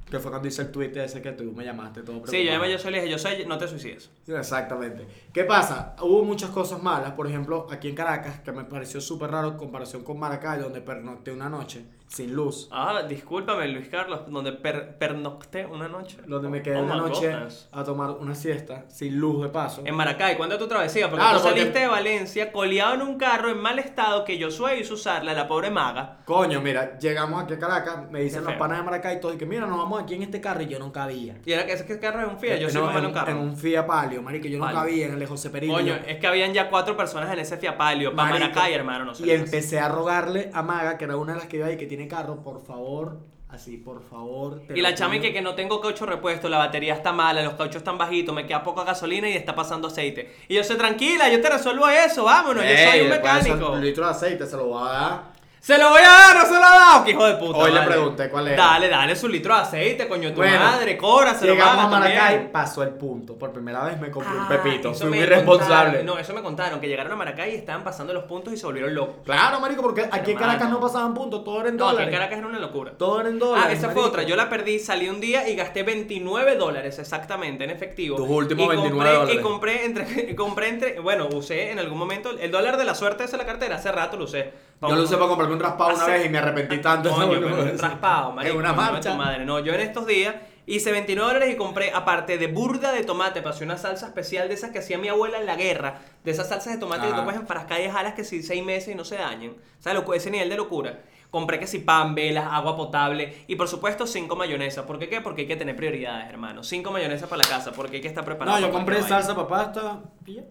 [SPEAKER 4] Que fue cuando hice el tweet ese que tú me llamaste todo.
[SPEAKER 3] Sí, yo
[SPEAKER 4] preocupado.
[SPEAKER 3] llamé yo soy, le dije, yo soy, no te suicides.
[SPEAKER 4] Exactamente. ¿Qué pasa? Hubo muchas cosas malas, por ejemplo, aquí en Caracas, que me pareció súper raro en comparación con Maracay, donde pernocté una noche sin luz.
[SPEAKER 3] Ah, discúlpame, Luis Carlos, donde per- pernocté una noche.
[SPEAKER 4] Donde me quedé
[SPEAKER 3] Oh
[SPEAKER 4] una
[SPEAKER 3] my
[SPEAKER 4] noche
[SPEAKER 3] goodness.
[SPEAKER 4] a tomar una siesta sin luz de paso.
[SPEAKER 3] En Maracay, ¿cuánto tu travesía? Porque
[SPEAKER 4] Claro,
[SPEAKER 3] tú
[SPEAKER 4] porque-
[SPEAKER 3] saliste de Valencia coleado en un carro en mal estado que Josué hizo usarla, la pobre maga.
[SPEAKER 4] Coño, mira, llegamos aquí a Caracas, me dicen
[SPEAKER 3] Qué
[SPEAKER 4] los
[SPEAKER 3] feo.
[SPEAKER 4] panas de Maracay y todo, y que mira, nos vamos aquí en este carro y yo no cabía. Este,
[SPEAKER 3] Y era que ese que carro es un Fiat, yo
[SPEAKER 4] En-
[SPEAKER 3] soy mamá en un
[SPEAKER 4] En
[SPEAKER 3] carro.
[SPEAKER 4] un Fiat Palio, marico, yo no
[SPEAKER 3] Palio.
[SPEAKER 4] cabía en el de José Perino.
[SPEAKER 3] Coño,
[SPEAKER 4] Yo-
[SPEAKER 3] es que habían ya cuatro personas en ese Fiat Palio, para
[SPEAKER 4] Marico.
[SPEAKER 3] Maracay, hermano, no sé.
[SPEAKER 4] Y empecé a rogarle a Maga, que era una de las que iba ahí, que tiene carro, por favor, así, por favor. te
[SPEAKER 3] Y
[SPEAKER 4] lo
[SPEAKER 3] la chama y
[SPEAKER 4] pido.
[SPEAKER 3] que, que no tengo caucho repuesto, la batería está mala, los cauchos están bajitos, me queda poca gasolina y está pasando aceite. Y yo soy tranquila, yo te resuelvo eso, vámonos, yo soy
[SPEAKER 4] Ey,
[SPEAKER 3] un
[SPEAKER 4] después de ese
[SPEAKER 3] mecánico.
[SPEAKER 4] litro de aceite se lo voy a dar.
[SPEAKER 3] Se lo voy a dar, no se lo ha dado. Que hijo de puta.
[SPEAKER 4] Hoy le
[SPEAKER 3] vale.
[SPEAKER 4] pregunté cuál era.
[SPEAKER 3] Dale, dale su litro de aceite, coño, tu
[SPEAKER 4] Bueno,
[SPEAKER 3] madre, cobra, se lo
[SPEAKER 4] Llegamos
[SPEAKER 3] paga
[SPEAKER 4] a Maracay,
[SPEAKER 3] también.
[SPEAKER 4] pasó el punto. Por primera vez me compré un
[SPEAKER 3] Ah,
[SPEAKER 4] pepito.
[SPEAKER 3] eso
[SPEAKER 4] Fui
[SPEAKER 3] me
[SPEAKER 4] muy responsable.
[SPEAKER 3] contaron. No, eso me contaron, que llegaron a Maracay y estaban pasando los puntos y se volvieron locos.
[SPEAKER 4] Claro, marico, porque aquí en Caracas
[SPEAKER 3] Hermano.
[SPEAKER 4] no pasaban puntos, todo era en
[SPEAKER 3] No, aquí
[SPEAKER 4] dólares.
[SPEAKER 3] en Caracas era una locura.
[SPEAKER 4] Todo era en dólares.
[SPEAKER 3] Ah, esa fue
[SPEAKER 4] marico.
[SPEAKER 3] otra. Yo la perdí, salí un día y gasté 29 dólares exactamente en efectivo.
[SPEAKER 4] Tus últimos
[SPEAKER 3] Y
[SPEAKER 4] 29
[SPEAKER 3] compré-
[SPEAKER 4] dólares.
[SPEAKER 3] Y compré entre, <laughs> compré entre. Bueno, usé en algún momento el dólar de la suerte esa es la cartera. Hace rato lo usé.
[SPEAKER 4] Yo lo usé para comprarme un raspado una
[SPEAKER 3] Hace- <laughs>
[SPEAKER 4] vez y me arrepentí tanto. <laughs>
[SPEAKER 3] Coño,
[SPEAKER 4] No,
[SPEAKER 3] pero
[SPEAKER 4] no, no,
[SPEAKER 3] raspado, marico.
[SPEAKER 4] En una
[SPEAKER 3] coño, de
[SPEAKER 4] marcha.
[SPEAKER 3] Tu madre. No, yo en estos días Hice 29 dólares y compré, aparte de burda de tomate, pasé una salsa especial de esas que hacía mi abuela en la guerra. De esas salsas de tomate que
[SPEAKER 6] Ajá.
[SPEAKER 3] tú puedes enfrascar y dejarlas que si seis meses y no se dañen. O sea, locu- ese nivel de locura. Compré que si pan, velas, agua potable y por supuesto cinco mayonesas. ¿Por qué qué? Porque hay que tener prioridades, hermano. Cinco mayonesas para la casa, porque hay que estar preparado.
[SPEAKER 4] No, yo
[SPEAKER 3] para
[SPEAKER 4] compré
[SPEAKER 3] cualquier
[SPEAKER 4] salsa para pasta. Y ya.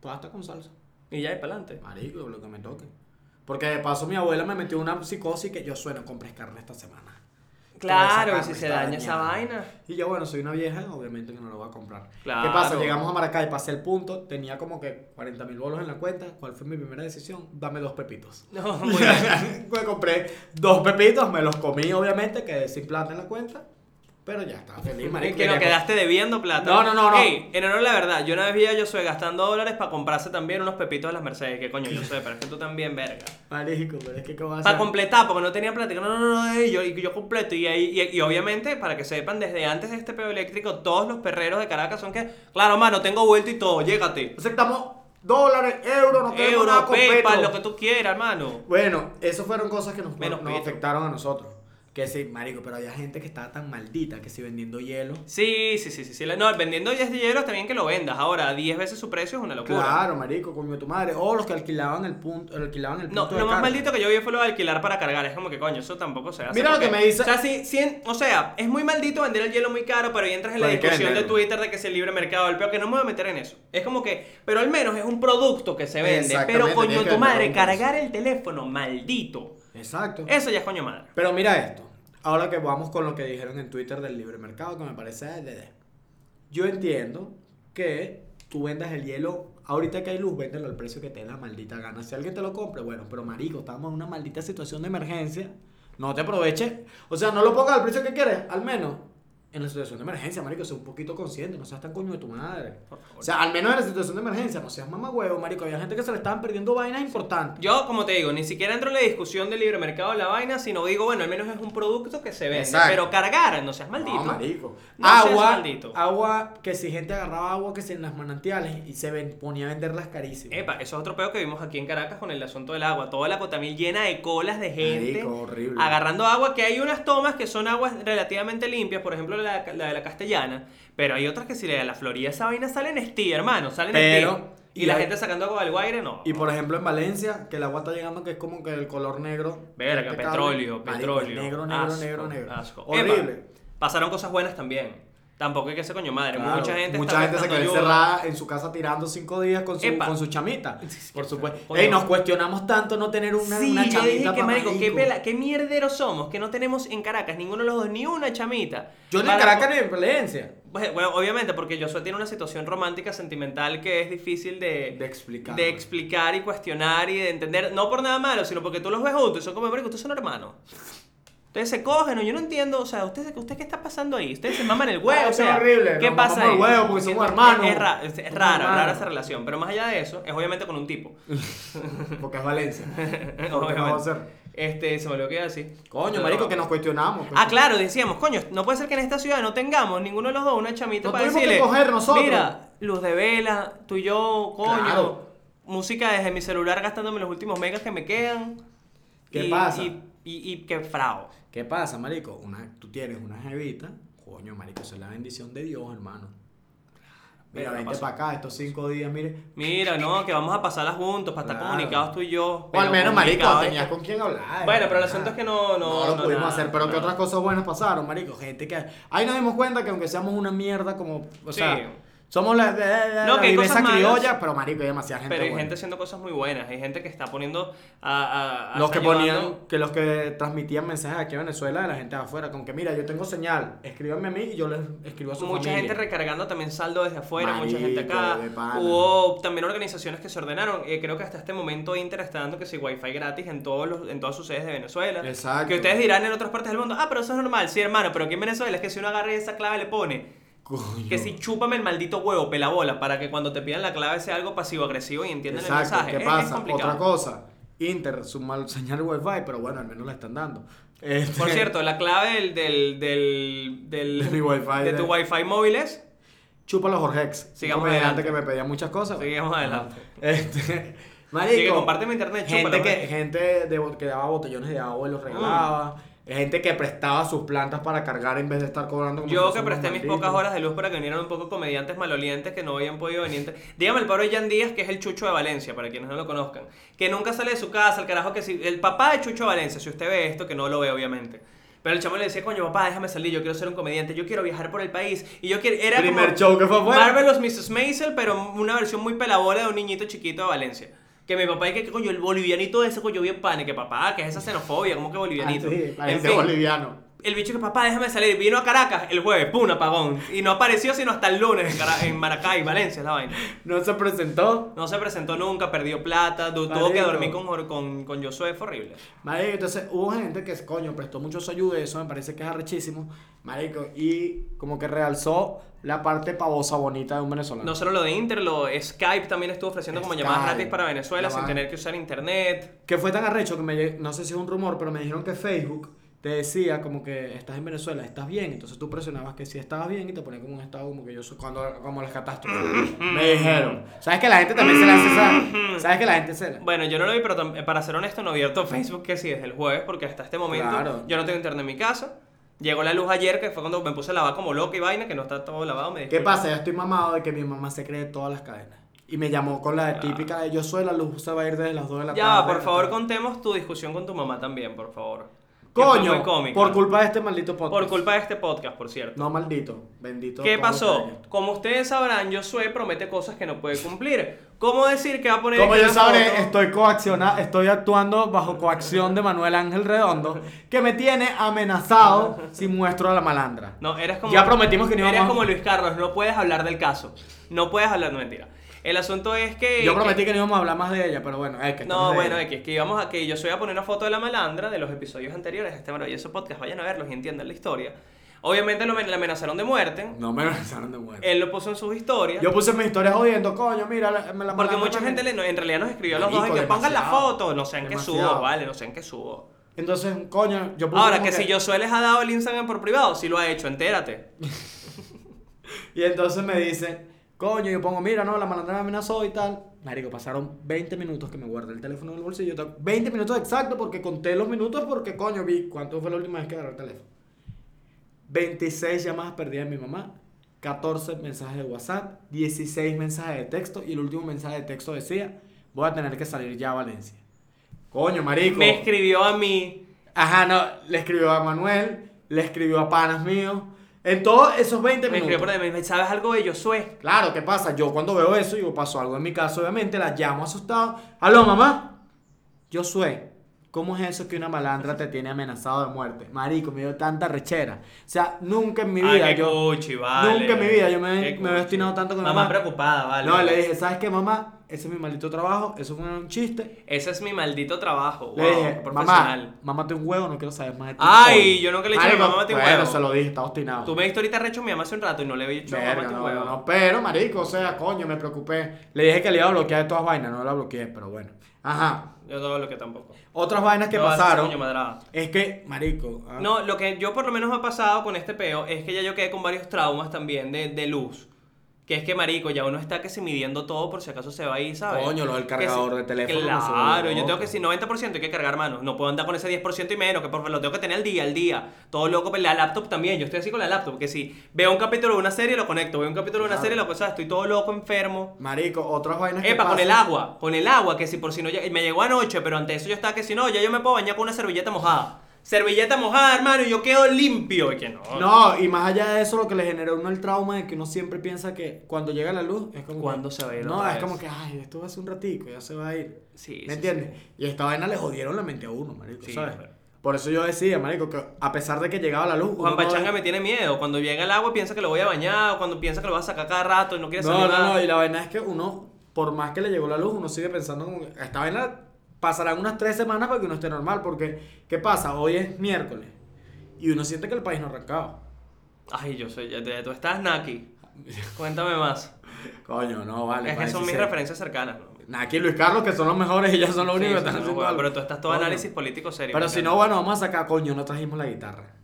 [SPEAKER 4] Pasta con salsa.
[SPEAKER 3] vaina. Y ya, y para adelante.
[SPEAKER 4] Marico, lo que me toque. Porque de paso mi abuela me metió una psicosis que yo sueno, compré carne esta semana.
[SPEAKER 3] Claro,
[SPEAKER 4] Toda
[SPEAKER 3] y
[SPEAKER 4] esa
[SPEAKER 3] si
[SPEAKER 4] carne
[SPEAKER 3] se
[SPEAKER 4] está
[SPEAKER 3] daña esa
[SPEAKER 4] dañada. <laughs>
[SPEAKER 3] vaina.
[SPEAKER 4] Y yo, bueno, soy una vieja, obviamente que no lo voy a comprar. ¿Qué
[SPEAKER 3] Claro.
[SPEAKER 4] pasa? Llegamos a Maracay, pasé el punto, tenía como que 40 mil bolos en la cuenta. ¿Cuál fue mi primera decisión? Dame dos pepitos.
[SPEAKER 3] No, muy bien.
[SPEAKER 4] <laughs> me compré dos pepitos, me los comí, obviamente, quedé sin plata en la cuenta. Pero ya estaba feliz, marico.
[SPEAKER 3] que no
[SPEAKER 4] quería-
[SPEAKER 3] quedaste debiendo plata.
[SPEAKER 4] No, no, no, no.
[SPEAKER 3] Ey, en honor a la verdad, yo una vez vi a Josué gastando dólares para comprarse también unos pepitos de las Mercedes. Que coño, Josué, pero es que tú también,
[SPEAKER 4] <laughs>
[SPEAKER 3] verga.
[SPEAKER 4] Marico, pero es que cómo
[SPEAKER 3] Para
[SPEAKER 4] hacer.
[SPEAKER 3] completar, porque no tenía plática. No, no, no, ey, yo, y yo completo. Y, ahí, y, y obviamente, para que sepan, desde antes de este peo eléctrico, todos los perreros de Caracas son que, claro, mano, tengo vuelto y todo, llégate.
[SPEAKER 4] Aceptamos dólares, euros, no tenemos nada
[SPEAKER 3] Euro,
[SPEAKER 4] con
[SPEAKER 3] PayPal,
[SPEAKER 4] peto.
[SPEAKER 3] lo que tú quieras, hermano.
[SPEAKER 4] Bueno, eso fueron cosas que nos,
[SPEAKER 3] Menos
[SPEAKER 4] nos
[SPEAKER 3] Petro.
[SPEAKER 4] afectaron a nosotros. Que sí, marico, pero había gente que estaba tan maldita que sí vendiendo hielo.
[SPEAKER 3] Sí, sí, sí, sí. sí. No, vendiendo 10 dinero está bien que lo vendas. Ahora, 10 veces su precio es una locura.
[SPEAKER 4] Claro, marico, coño tu madre. O los que alquilaban el punto, alquilaban el punto
[SPEAKER 3] No,
[SPEAKER 4] de
[SPEAKER 3] lo más
[SPEAKER 4] carga.
[SPEAKER 3] maldito que yo vi fue lo de alquilar para cargar. Es como que coño, eso tampoco se hace.
[SPEAKER 4] Mira lo
[SPEAKER 3] porque-
[SPEAKER 4] que me dice-
[SPEAKER 3] O sea, sí, sí, en- o sea, es muy maldito vender el hielo muy caro, pero ahí entras en la
[SPEAKER 4] Pero hay que
[SPEAKER 3] discusión de
[SPEAKER 4] venderlo.
[SPEAKER 3] Twitter de que es el libre mercado. El peor que no me voy a meter en eso. Es como que, pero al menos es un producto que se vende.
[SPEAKER 4] Exactamente,
[SPEAKER 3] Pero
[SPEAKER 4] tienes
[SPEAKER 3] coño,
[SPEAKER 4] que
[SPEAKER 3] tu madre,
[SPEAKER 4] venderlo con
[SPEAKER 3] cargar el teléfono, maldito.
[SPEAKER 4] Exacto.
[SPEAKER 3] Eso ya es coño madre.
[SPEAKER 4] Pero mira esto. Ahora que vamos con lo que dijeron en Twitter del libre mercado, que me parece de- de- de. Yo entiendo que tú vendas el hielo. Ahorita que hay luz, véndelo al precio que te dé la maldita gana. Si alguien te lo compre, bueno, pero marico, estamos en una maldita situación de emergencia. No te aproveches. O sea, no lo pongas al precio que quieres, al menos. En la situación de emergencia, marico, sé un poquito consciente, no seas tan coño de tu madre.
[SPEAKER 3] Por favor.
[SPEAKER 4] O sea, al menos en la situación de emergencia, no seas mamagüevo, marico. Había gente que se le estaban perdiendo vainas importantes.
[SPEAKER 3] Yo, como te digo, ni siquiera entro en la discusión del libre mercado de la vaina, sino digo, bueno, al menos es un producto que se vende.
[SPEAKER 4] Exacto.
[SPEAKER 3] Pero cargar, no seas maldito.
[SPEAKER 4] No, marico.
[SPEAKER 3] No seas
[SPEAKER 4] agua,
[SPEAKER 3] maldito.
[SPEAKER 4] agua que si gente agarraba agua que si en las manantiales y se ven- ponía a venderlas carísimas.
[SPEAKER 3] Epa, eso es otro peo que vimos aquí en Caracas con el asunto del agua. Toda la Cotamil llena de colas de gente
[SPEAKER 4] Marico, horrible.
[SPEAKER 3] agarrando agua, que hay unas tomas que son aguas relativamente limpias, por ejemplo la, la de la castellana, pero hay otras que si le da la Florida esa vaina sale en estía, hermano, sale en
[SPEAKER 4] Pero-
[SPEAKER 3] estía. Y,
[SPEAKER 4] y
[SPEAKER 3] la
[SPEAKER 4] hay-
[SPEAKER 3] gente sacando agua del guaire, no.
[SPEAKER 4] Y por ejemplo en Valencia, que el agua está llegando que es como que el color negro.
[SPEAKER 3] Verga,
[SPEAKER 4] impecable.
[SPEAKER 3] petróleo,
[SPEAKER 4] este Marico, es
[SPEAKER 3] petróleo.
[SPEAKER 4] negro, negro,
[SPEAKER 3] asco,
[SPEAKER 4] negro, negro.
[SPEAKER 3] asco.
[SPEAKER 4] Horrible.
[SPEAKER 3] Epa, pasaron cosas buenas también. Tampoco hay que ser coño madre.
[SPEAKER 4] Claro,
[SPEAKER 3] mucha gente
[SPEAKER 4] mucha
[SPEAKER 3] está
[SPEAKER 4] gente se
[SPEAKER 3] gastando
[SPEAKER 4] quedó
[SPEAKER 3] ayuda.
[SPEAKER 4] encerrada en su casa tirando cinco días con su,
[SPEAKER 3] Epa.
[SPEAKER 4] con su
[SPEAKER 3] <laughs>
[SPEAKER 4] chamita. Por supuesto.
[SPEAKER 3] Coño.
[SPEAKER 4] Ey, nos cuestionamos tanto no tener una,
[SPEAKER 3] sí,
[SPEAKER 4] una
[SPEAKER 3] yo
[SPEAKER 4] chamita.
[SPEAKER 3] dije que
[SPEAKER 4] pa'
[SPEAKER 3] marico, qué,
[SPEAKER 4] marico.
[SPEAKER 3] pela- qué mierderos somos, que no tenemos en Caracas ninguno de los dos ni una chamita.
[SPEAKER 4] Yo ni en
[SPEAKER 3] Para-
[SPEAKER 4] Caracas ni en Valencia.
[SPEAKER 3] Pues, Bueno, obviamente, porque Josué tiene una situación romántica, sentimental que es difícil de,
[SPEAKER 4] De explicar. pues.
[SPEAKER 3] de explicar y cuestionar y de entender. No por nada malo, sino porque tú los ves juntos y son como, marico, ustedes son hermanos. Ustedes se cogen, o yo no entiendo, o sea, ¿ustedes, ¿ustedes qué está pasando ahí? Ustedes se maman el huevo,
[SPEAKER 4] Ay,
[SPEAKER 3] o
[SPEAKER 4] qué
[SPEAKER 3] sea,
[SPEAKER 4] horrible,
[SPEAKER 3] ¿qué
[SPEAKER 4] nos
[SPEAKER 3] pasa
[SPEAKER 4] mamamos
[SPEAKER 3] ahí?
[SPEAKER 4] el huevo porque somos
[SPEAKER 3] Es-
[SPEAKER 4] hermanos.
[SPEAKER 3] Es, ra- es- es
[SPEAKER 4] Somos
[SPEAKER 3] rara,
[SPEAKER 4] hermanos.
[SPEAKER 3] rara esa relación, pero más allá de eso, es obviamente con un tipo.
[SPEAKER 4] Porque
[SPEAKER 3] <laughs>
[SPEAKER 4] es Valencia. Porque no
[SPEAKER 3] Eh, Obviamente.
[SPEAKER 4] va a ser.
[SPEAKER 3] Este, se me olvidó que iba a decir.
[SPEAKER 4] Coño,
[SPEAKER 3] Pero-
[SPEAKER 4] marico, que nos cuestionamos. pues.
[SPEAKER 3] Ah, claro, decíamos, coño, no puede ser que en esta ciudad no tengamos ninguno de los dos una chamita
[SPEAKER 4] Nos
[SPEAKER 3] para
[SPEAKER 4] tuvimos que
[SPEAKER 3] decirle.
[SPEAKER 4] coger nosotros.
[SPEAKER 3] Mira, luz de vela, tú y yo, coño.
[SPEAKER 4] Claro.
[SPEAKER 3] Música desde mi celular gastándome los últimos megas que me quedan.
[SPEAKER 4] ¿Qué
[SPEAKER 3] y,
[SPEAKER 4] pasa?
[SPEAKER 3] Y, y, y qué frao.
[SPEAKER 4] ¿Qué pasa, marico? Una, tú tienes una jevita. Coño, marico, eso es la bendición de Dios, hermano.
[SPEAKER 3] Pero
[SPEAKER 4] Mira,
[SPEAKER 3] no
[SPEAKER 4] vente
[SPEAKER 3] pasó.
[SPEAKER 4] para acá estos cinco días, mire.
[SPEAKER 3] Mira, no, que vamos a pasarlas juntos para estar
[SPEAKER 4] Claro.
[SPEAKER 3] comunicados tú y yo.
[SPEAKER 4] O al
[SPEAKER 3] Pero
[SPEAKER 4] menos, marico,
[SPEAKER 3] comunicados,
[SPEAKER 4] tenías
[SPEAKER 3] ¿eh?
[SPEAKER 4] con quién hablar.
[SPEAKER 3] Bueno, pero el
[SPEAKER 4] nada.
[SPEAKER 3] asunto es que no- no-
[SPEAKER 4] lo
[SPEAKER 3] no,
[SPEAKER 4] pudimos
[SPEAKER 3] nada,
[SPEAKER 4] hacer, pero ¿qué
[SPEAKER 3] no.
[SPEAKER 4] otras cosas buenas pasaron, marico? Gente que... Ahí nos dimos cuenta que aunque seamos una mierda como... O
[SPEAKER 3] Sí.
[SPEAKER 4] sea, somos la, de, de-
[SPEAKER 3] No,
[SPEAKER 4] la
[SPEAKER 3] que hay
[SPEAKER 4] viveza
[SPEAKER 3] cosas malas.
[SPEAKER 4] criolla, pero marico, hay demasiada gente
[SPEAKER 3] Pero hay
[SPEAKER 4] buena.
[SPEAKER 3] gente haciendo cosas muy buenas. Hay gente que está poniendo a. a- a-
[SPEAKER 4] Los que
[SPEAKER 3] ayudando.
[SPEAKER 4] ponían, que los que transmitían mensajes aquí en Venezuela de la gente de afuera, con que mira, yo tengo señal, escríbanme a mí y yo les escribo a su
[SPEAKER 3] Mucha
[SPEAKER 4] familia.
[SPEAKER 3] gente recargando también saldo desde afuera, mucha gente
[SPEAKER 4] Marico,
[SPEAKER 3] acá.
[SPEAKER 4] de pana.
[SPEAKER 3] Hubo también organizaciones que se ordenaron. eh, creo que hasta este momento Inter está dando que sí, wifi gratis en, todos los, en todas sus sedes de Venezuela.
[SPEAKER 4] Exacto.
[SPEAKER 3] Que ustedes dirán en otras partes del mundo, ah, pero eso es normal, sí, hermano, pero aquí en Venezuela es que si uno agarra esa clave le pone.
[SPEAKER 4] Coño.
[SPEAKER 3] Que si chúpame el maldito huevo, pelabola, para que cuando te pidan la clave sea algo pasivo-agresivo y entiendan el
[SPEAKER 4] Exacto,
[SPEAKER 3] mensaje.
[SPEAKER 4] ¿qué
[SPEAKER 3] Es- es,
[SPEAKER 4] pasa?
[SPEAKER 3] complicado.
[SPEAKER 4] Otra cosa, Inter, su mal señal wifi, pero bueno, al menos la están dando. Este,
[SPEAKER 3] Por cierto, la clave del, del, del, del-
[SPEAKER 4] <laughs> De mi wifi,
[SPEAKER 3] de tu
[SPEAKER 4] de-
[SPEAKER 3] wifi móvil es.
[SPEAKER 4] chúpalo Jorgex.
[SPEAKER 3] Sigamos
[SPEAKER 4] Un comediante
[SPEAKER 3] adelante.
[SPEAKER 4] que me pedía muchas cosas.
[SPEAKER 3] Seguimos adelante. <laughs>
[SPEAKER 4] Este,
[SPEAKER 3] Así que
[SPEAKER 4] marico,
[SPEAKER 3] compárteme internet, chúpalo. pues.
[SPEAKER 4] gente que,
[SPEAKER 3] ¿no? Ah.
[SPEAKER 4] gente de, bo- que daba botellones de agua y los regalaba. Gente que prestaba sus plantas para cargar en vez de estar cobrando como si
[SPEAKER 3] Yo que
[SPEAKER 4] fuesen
[SPEAKER 3] presté
[SPEAKER 4] unos
[SPEAKER 3] mis pocas
[SPEAKER 4] malditos.
[SPEAKER 3] horas de luz para que vinieran un poco comediantes malolientes que no habían podido venir. Dígame el pobre Jan Díaz, que es el Chucho de Valencia, para quienes no lo conozcan. Que nunca sale de su casa, el carajo que si. El papá de Chucho Valencia, si usted ve esto, que no lo ve obviamente. Pero el chamo le decía, coño, papá, déjame salir, yo quiero ser un comediante, yo quiero viajar por el país. Y yo quiero. Era
[SPEAKER 4] Primer
[SPEAKER 3] como
[SPEAKER 4] show que fue afuera.
[SPEAKER 3] Marvelous Mrs. Maisel, pero una versión muy pelabola de un niñito chiquito de Valencia. Que mi papá, y que coño, el bolivianito ese, coño, bien pane, que papá, que es esa xenofobia, ¿cómo que bolivianito?
[SPEAKER 4] Ah, sí,
[SPEAKER 3] en
[SPEAKER 4] parece
[SPEAKER 3] fin.
[SPEAKER 4] boliviano.
[SPEAKER 3] El bicho que papá, déjame salir. Vino a Caracas el jueves, pum, apagón. Y no apareció sino hasta el lunes en, Cara- en Maracay, Valencia, la vaina.
[SPEAKER 4] No se presentó.
[SPEAKER 3] No se presentó nunca, perdió plata, du- tuvo
[SPEAKER 4] Marico.
[SPEAKER 3] que dormir con, Jor- con, con Josué, fue horrible.
[SPEAKER 4] Marico, entonces hubo gente que, coño, prestó mucho su ayuda, y eso me parece que es arrechísimo, marico, y como que realzó la parte pavosa bonita de un venezolano.
[SPEAKER 3] No solo lo de Inter, lo Skype también estuvo ofreciendo como llamadas
[SPEAKER 4] Skype,
[SPEAKER 3] gratis para Venezuela sin
[SPEAKER 4] llamadas.
[SPEAKER 3] tener que usar internet.
[SPEAKER 4] Que fue tan arrecho que me, lle- no sé si es un rumor, pero me dijeron que Facebook te decía como que estás en Venezuela, estás bien, entonces tú presionabas que si estabas bien y te ponía como un estado como que yo soy, cuando, como
[SPEAKER 3] <laughs>
[SPEAKER 4] las catástrofes. me dijeron. ¿Sabes que la gente también se la hace esa? ¿Sabes que la gente se la?
[SPEAKER 3] Bueno, yo no lo vi, pero tam- para ser honesto, no he abierto <laughs> Facebook que sí desde el jueves, porque hasta este momento
[SPEAKER 4] Claro.
[SPEAKER 3] yo no tengo internet en mi casa. Llegó la luz ayer, que fue cuando me puse a lavar como loca y vaina, que no está todo lavado. Me
[SPEAKER 4] ¿Qué
[SPEAKER 3] disculpan.
[SPEAKER 4] pasa? Yo estoy mamado de que mi mamá se cree todas las cadenas. Y me llamó con la típica de yo soy la luz, se va a ir desde las 2 de la
[SPEAKER 3] Ya,
[SPEAKER 4] tarde.
[SPEAKER 3] va, por favor,
[SPEAKER 4] Tal.
[SPEAKER 3] contemos tu discusión con tu mamá también, por favor. Que fue muy
[SPEAKER 4] Coño,
[SPEAKER 3] cómica.
[SPEAKER 4] por culpa de este maldito podcast.
[SPEAKER 3] Por culpa de este podcast, por cierto.
[SPEAKER 4] No, maldito, bendito.
[SPEAKER 3] ¿Qué
[SPEAKER 4] todo
[SPEAKER 3] pasó?
[SPEAKER 4] cariño.
[SPEAKER 3] Como ustedes sabrán, Josué promete cosas que no puede cumplir. ¿Cómo decir que va a poner
[SPEAKER 4] Como
[SPEAKER 3] aquí
[SPEAKER 4] yo
[SPEAKER 3] una
[SPEAKER 4] sabré,
[SPEAKER 3] foto?
[SPEAKER 4] estoy coacciona, estoy actuando bajo coacción de Manuel Ángel Redondo, que me tiene amenazado si muestro a la malandra.
[SPEAKER 3] No, eres como.
[SPEAKER 4] Ya prometimos que no
[SPEAKER 3] Eres
[SPEAKER 4] íbamos a-
[SPEAKER 3] como Luis Carlos, no puedes hablar del caso. No puedes hablar, no mentira. El asunto es que.
[SPEAKER 4] Yo prometí que no íbamos a hablar más de ella, pero bueno, es que
[SPEAKER 3] eh, No,
[SPEAKER 4] estamos de
[SPEAKER 3] bueno,
[SPEAKER 4] ella.
[SPEAKER 3] es que, es que íbamos a que yo soy a poner una foto de la malandra de los episodios anteriores de este maravilloso podcast. Vayan a verlos y entiendan la historia. Obviamente lo men- le amenazaron de muerte.
[SPEAKER 4] No me amenazaron de muerte.
[SPEAKER 3] Él lo puso en sus historias.
[SPEAKER 4] Yo puse mis historias jodiendo, coño, mira, la- me la
[SPEAKER 3] Porque
[SPEAKER 4] malandra
[SPEAKER 3] mucha
[SPEAKER 4] también.
[SPEAKER 3] gente le- no, en realidad nos escribió a los
[SPEAKER 4] Marico,
[SPEAKER 3] dos y que pongan la
[SPEAKER 4] demasiado.
[SPEAKER 3] foto. No sean que
[SPEAKER 4] Demasiado.
[SPEAKER 3] subo, vale, no sean que subo.
[SPEAKER 4] Entonces, coño, yo puse
[SPEAKER 3] Ahora,
[SPEAKER 4] como
[SPEAKER 3] que si Josué les ha dado el Instagram por privado, sí lo ha hecho, entérate.
[SPEAKER 4] Y entonces me dice, coño, yo pongo, mira, no, la malandra me amenazó y tal. Marico, pasaron 20 minutos que me guardé el teléfono en el bolsillo. tal. 20 minutos exacto porque conté los minutos porque, coño, vi cuánto fue la última vez que agarré el teléfono. 26 llamadas perdidas de mi mamá, 14 mensajes de WhatsApp, 16 mensajes de texto y el último mensaje de texto decía, voy a tener que salir ya a Valencia. Coño, marico.
[SPEAKER 3] Me escribió a mí.
[SPEAKER 4] Ajá, no, le escribió a Manuel, le escribió a panas míos. En todos esos 20
[SPEAKER 3] Me
[SPEAKER 4] minutos.
[SPEAKER 3] escribió por DM, ¿sabes algo de Josué?
[SPEAKER 4] Claro, ¿qué pasa? Yo cuando veo eso, yo paso algo en mi casa, obviamente, la llamo asustado. Aló, mamá. Yo sué. ¿Cómo es eso que una malandra te tiene amenazado de muerte? Marico, me dio tanta rechera. O sea, nunca en mi
[SPEAKER 3] Ay,
[SPEAKER 4] vida
[SPEAKER 3] Ah, qué
[SPEAKER 4] yo.
[SPEAKER 3] cuchi, vale.
[SPEAKER 4] Nunca en mi vida yo me,
[SPEAKER 3] Qué
[SPEAKER 4] me he
[SPEAKER 3] cuchi.
[SPEAKER 4] destinado tanto con mi
[SPEAKER 3] Mamá
[SPEAKER 4] mamá.
[SPEAKER 3] preocupada, vale.
[SPEAKER 4] No, le dije, ¿sabes qué, mamá? Ese es mi maldito trabajo, eso fue un chiste.
[SPEAKER 3] Ese es mi maldito trabajo.
[SPEAKER 4] Le
[SPEAKER 3] wow,
[SPEAKER 4] dije,
[SPEAKER 3] profesional.
[SPEAKER 4] mamá, mámate un huevo, no quiero saber más de ti.
[SPEAKER 3] Ay,
[SPEAKER 4] Coño.
[SPEAKER 3] yo nunca le he dicho a mi
[SPEAKER 4] Marico,
[SPEAKER 3] mamá, mámate un
[SPEAKER 4] bueno,
[SPEAKER 3] huevo.
[SPEAKER 4] se lo dije, está obstinado.
[SPEAKER 3] Tú me diste ahorita recho a mi mamá hace un rato y no le había dicho
[SPEAKER 4] Verga,
[SPEAKER 3] mamá tu
[SPEAKER 4] no,
[SPEAKER 3] huevo.
[SPEAKER 4] no, no, pero marico, o sea, coño, me preocupé. Le dije que le iba a bloquear de todas vainas, no la bloqueé, pero bueno. Ajá.
[SPEAKER 3] Yo no lo que tampoco.
[SPEAKER 4] Otras vainas que
[SPEAKER 3] No, ese
[SPEAKER 4] pasaron
[SPEAKER 3] coño madrada.
[SPEAKER 4] es que, marico, ah,
[SPEAKER 3] No, lo que yo por lo menos me ha pasado con este peo es que ya yo quedé con varios traumas también de, de luz. Que es que, marico, ya uno está que si midiendo todo por si acaso se va ahí, ¿sabes?
[SPEAKER 4] Coño, lo del
[SPEAKER 3] Que
[SPEAKER 4] cargador
[SPEAKER 3] si-
[SPEAKER 4] de teléfono, se
[SPEAKER 3] Claro,
[SPEAKER 4] volvió
[SPEAKER 3] yo tengo
[SPEAKER 4] loco.
[SPEAKER 3] que si 90% hay que cargar, mano. No puedo andar con ese 10% y menos, que por favor lo tengo que tener al día, al día. Todo loco, pero la laptop también. Yo estoy así con la laptop, que si veo un capítulo de una serie, lo conecto. Veo un capítulo de una
[SPEAKER 4] Claro.
[SPEAKER 3] serie, lo conecto. Estoy todo loco, enfermo.
[SPEAKER 4] marico, otras vainas que
[SPEAKER 3] Epa, con
[SPEAKER 4] pasan-
[SPEAKER 3] el agua, con el agua, que si por si no ya- me llegó anoche, pero antes de eso yo estaba que si no, ya yo me puedo bañar con una servilleta mojada. Servilleta mojada, hermano, y yo quedo limpio. Y que no.
[SPEAKER 4] No, y más allá de eso, lo que le generó a uno el trauma de que uno siempre piensa que cuando llega la luz es como. que-
[SPEAKER 3] ¿Cuándo se va a ir
[SPEAKER 4] No,
[SPEAKER 3] otra
[SPEAKER 4] es
[SPEAKER 3] vez?
[SPEAKER 4] como que, ay, esto va a ser un ratico, ya se va a ir.
[SPEAKER 3] Sí, sí,
[SPEAKER 4] ¿Me entiendes? Y esta vaina le jodieron la mente a uno, marico,
[SPEAKER 3] Sí,
[SPEAKER 4] ¿sabes?
[SPEAKER 3] claro.
[SPEAKER 4] Por eso yo decía, marico, que a pesar de que llegaba la luz. uno
[SPEAKER 3] Juan
[SPEAKER 4] no
[SPEAKER 3] Pachanga
[SPEAKER 4] deja-
[SPEAKER 3] me tiene miedo. Cuando llega el agua piensa que lo voy a bañar, o cuando piensa que lo va a sacar cada rato y no quiere
[SPEAKER 4] No,
[SPEAKER 3] salir
[SPEAKER 4] no,
[SPEAKER 3] nada.
[SPEAKER 4] no, y la vaina es que uno, por más que le llegó la luz, uno sigue pensando como que esta vaina pasarán unas tres semanas para que uno esté normal, porque ¿qué pasa? Hoy es miércoles y uno siente que el país no ha arrancado.
[SPEAKER 3] Ay, yo soy, ya te- tú estás
[SPEAKER 4] <laughs>
[SPEAKER 3] Naki. Cuéntame más.
[SPEAKER 4] Coño, no, vale.
[SPEAKER 3] es que
[SPEAKER 4] parece
[SPEAKER 3] son mis
[SPEAKER 4] ser.
[SPEAKER 3] referencias cercanas. ¿no?
[SPEAKER 4] Aquí Luis Carlos, que son los mejores, ellos son los
[SPEAKER 3] Sí,
[SPEAKER 4] únicos
[SPEAKER 3] sí,
[SPEAKER 4] que están
[SPEAKER 3] no,
[SPEAKER 4] haciendo
[SPEAKER 3] bueno,
[SPEAKER 4] algo.
[SPEAKER 3] pero tú estás todo
[SPEAKER 4] Coño.
[SPEAKER 3] análisis político serio.
[SPEAKER 4] Pero
[SPEAKER 3] me
[SPEAKER 4] si
[SPEAKER 3] encanta.
[SPEAKER 4] no, bueno, vamos a sacar, coño, no trajimos la guitarra.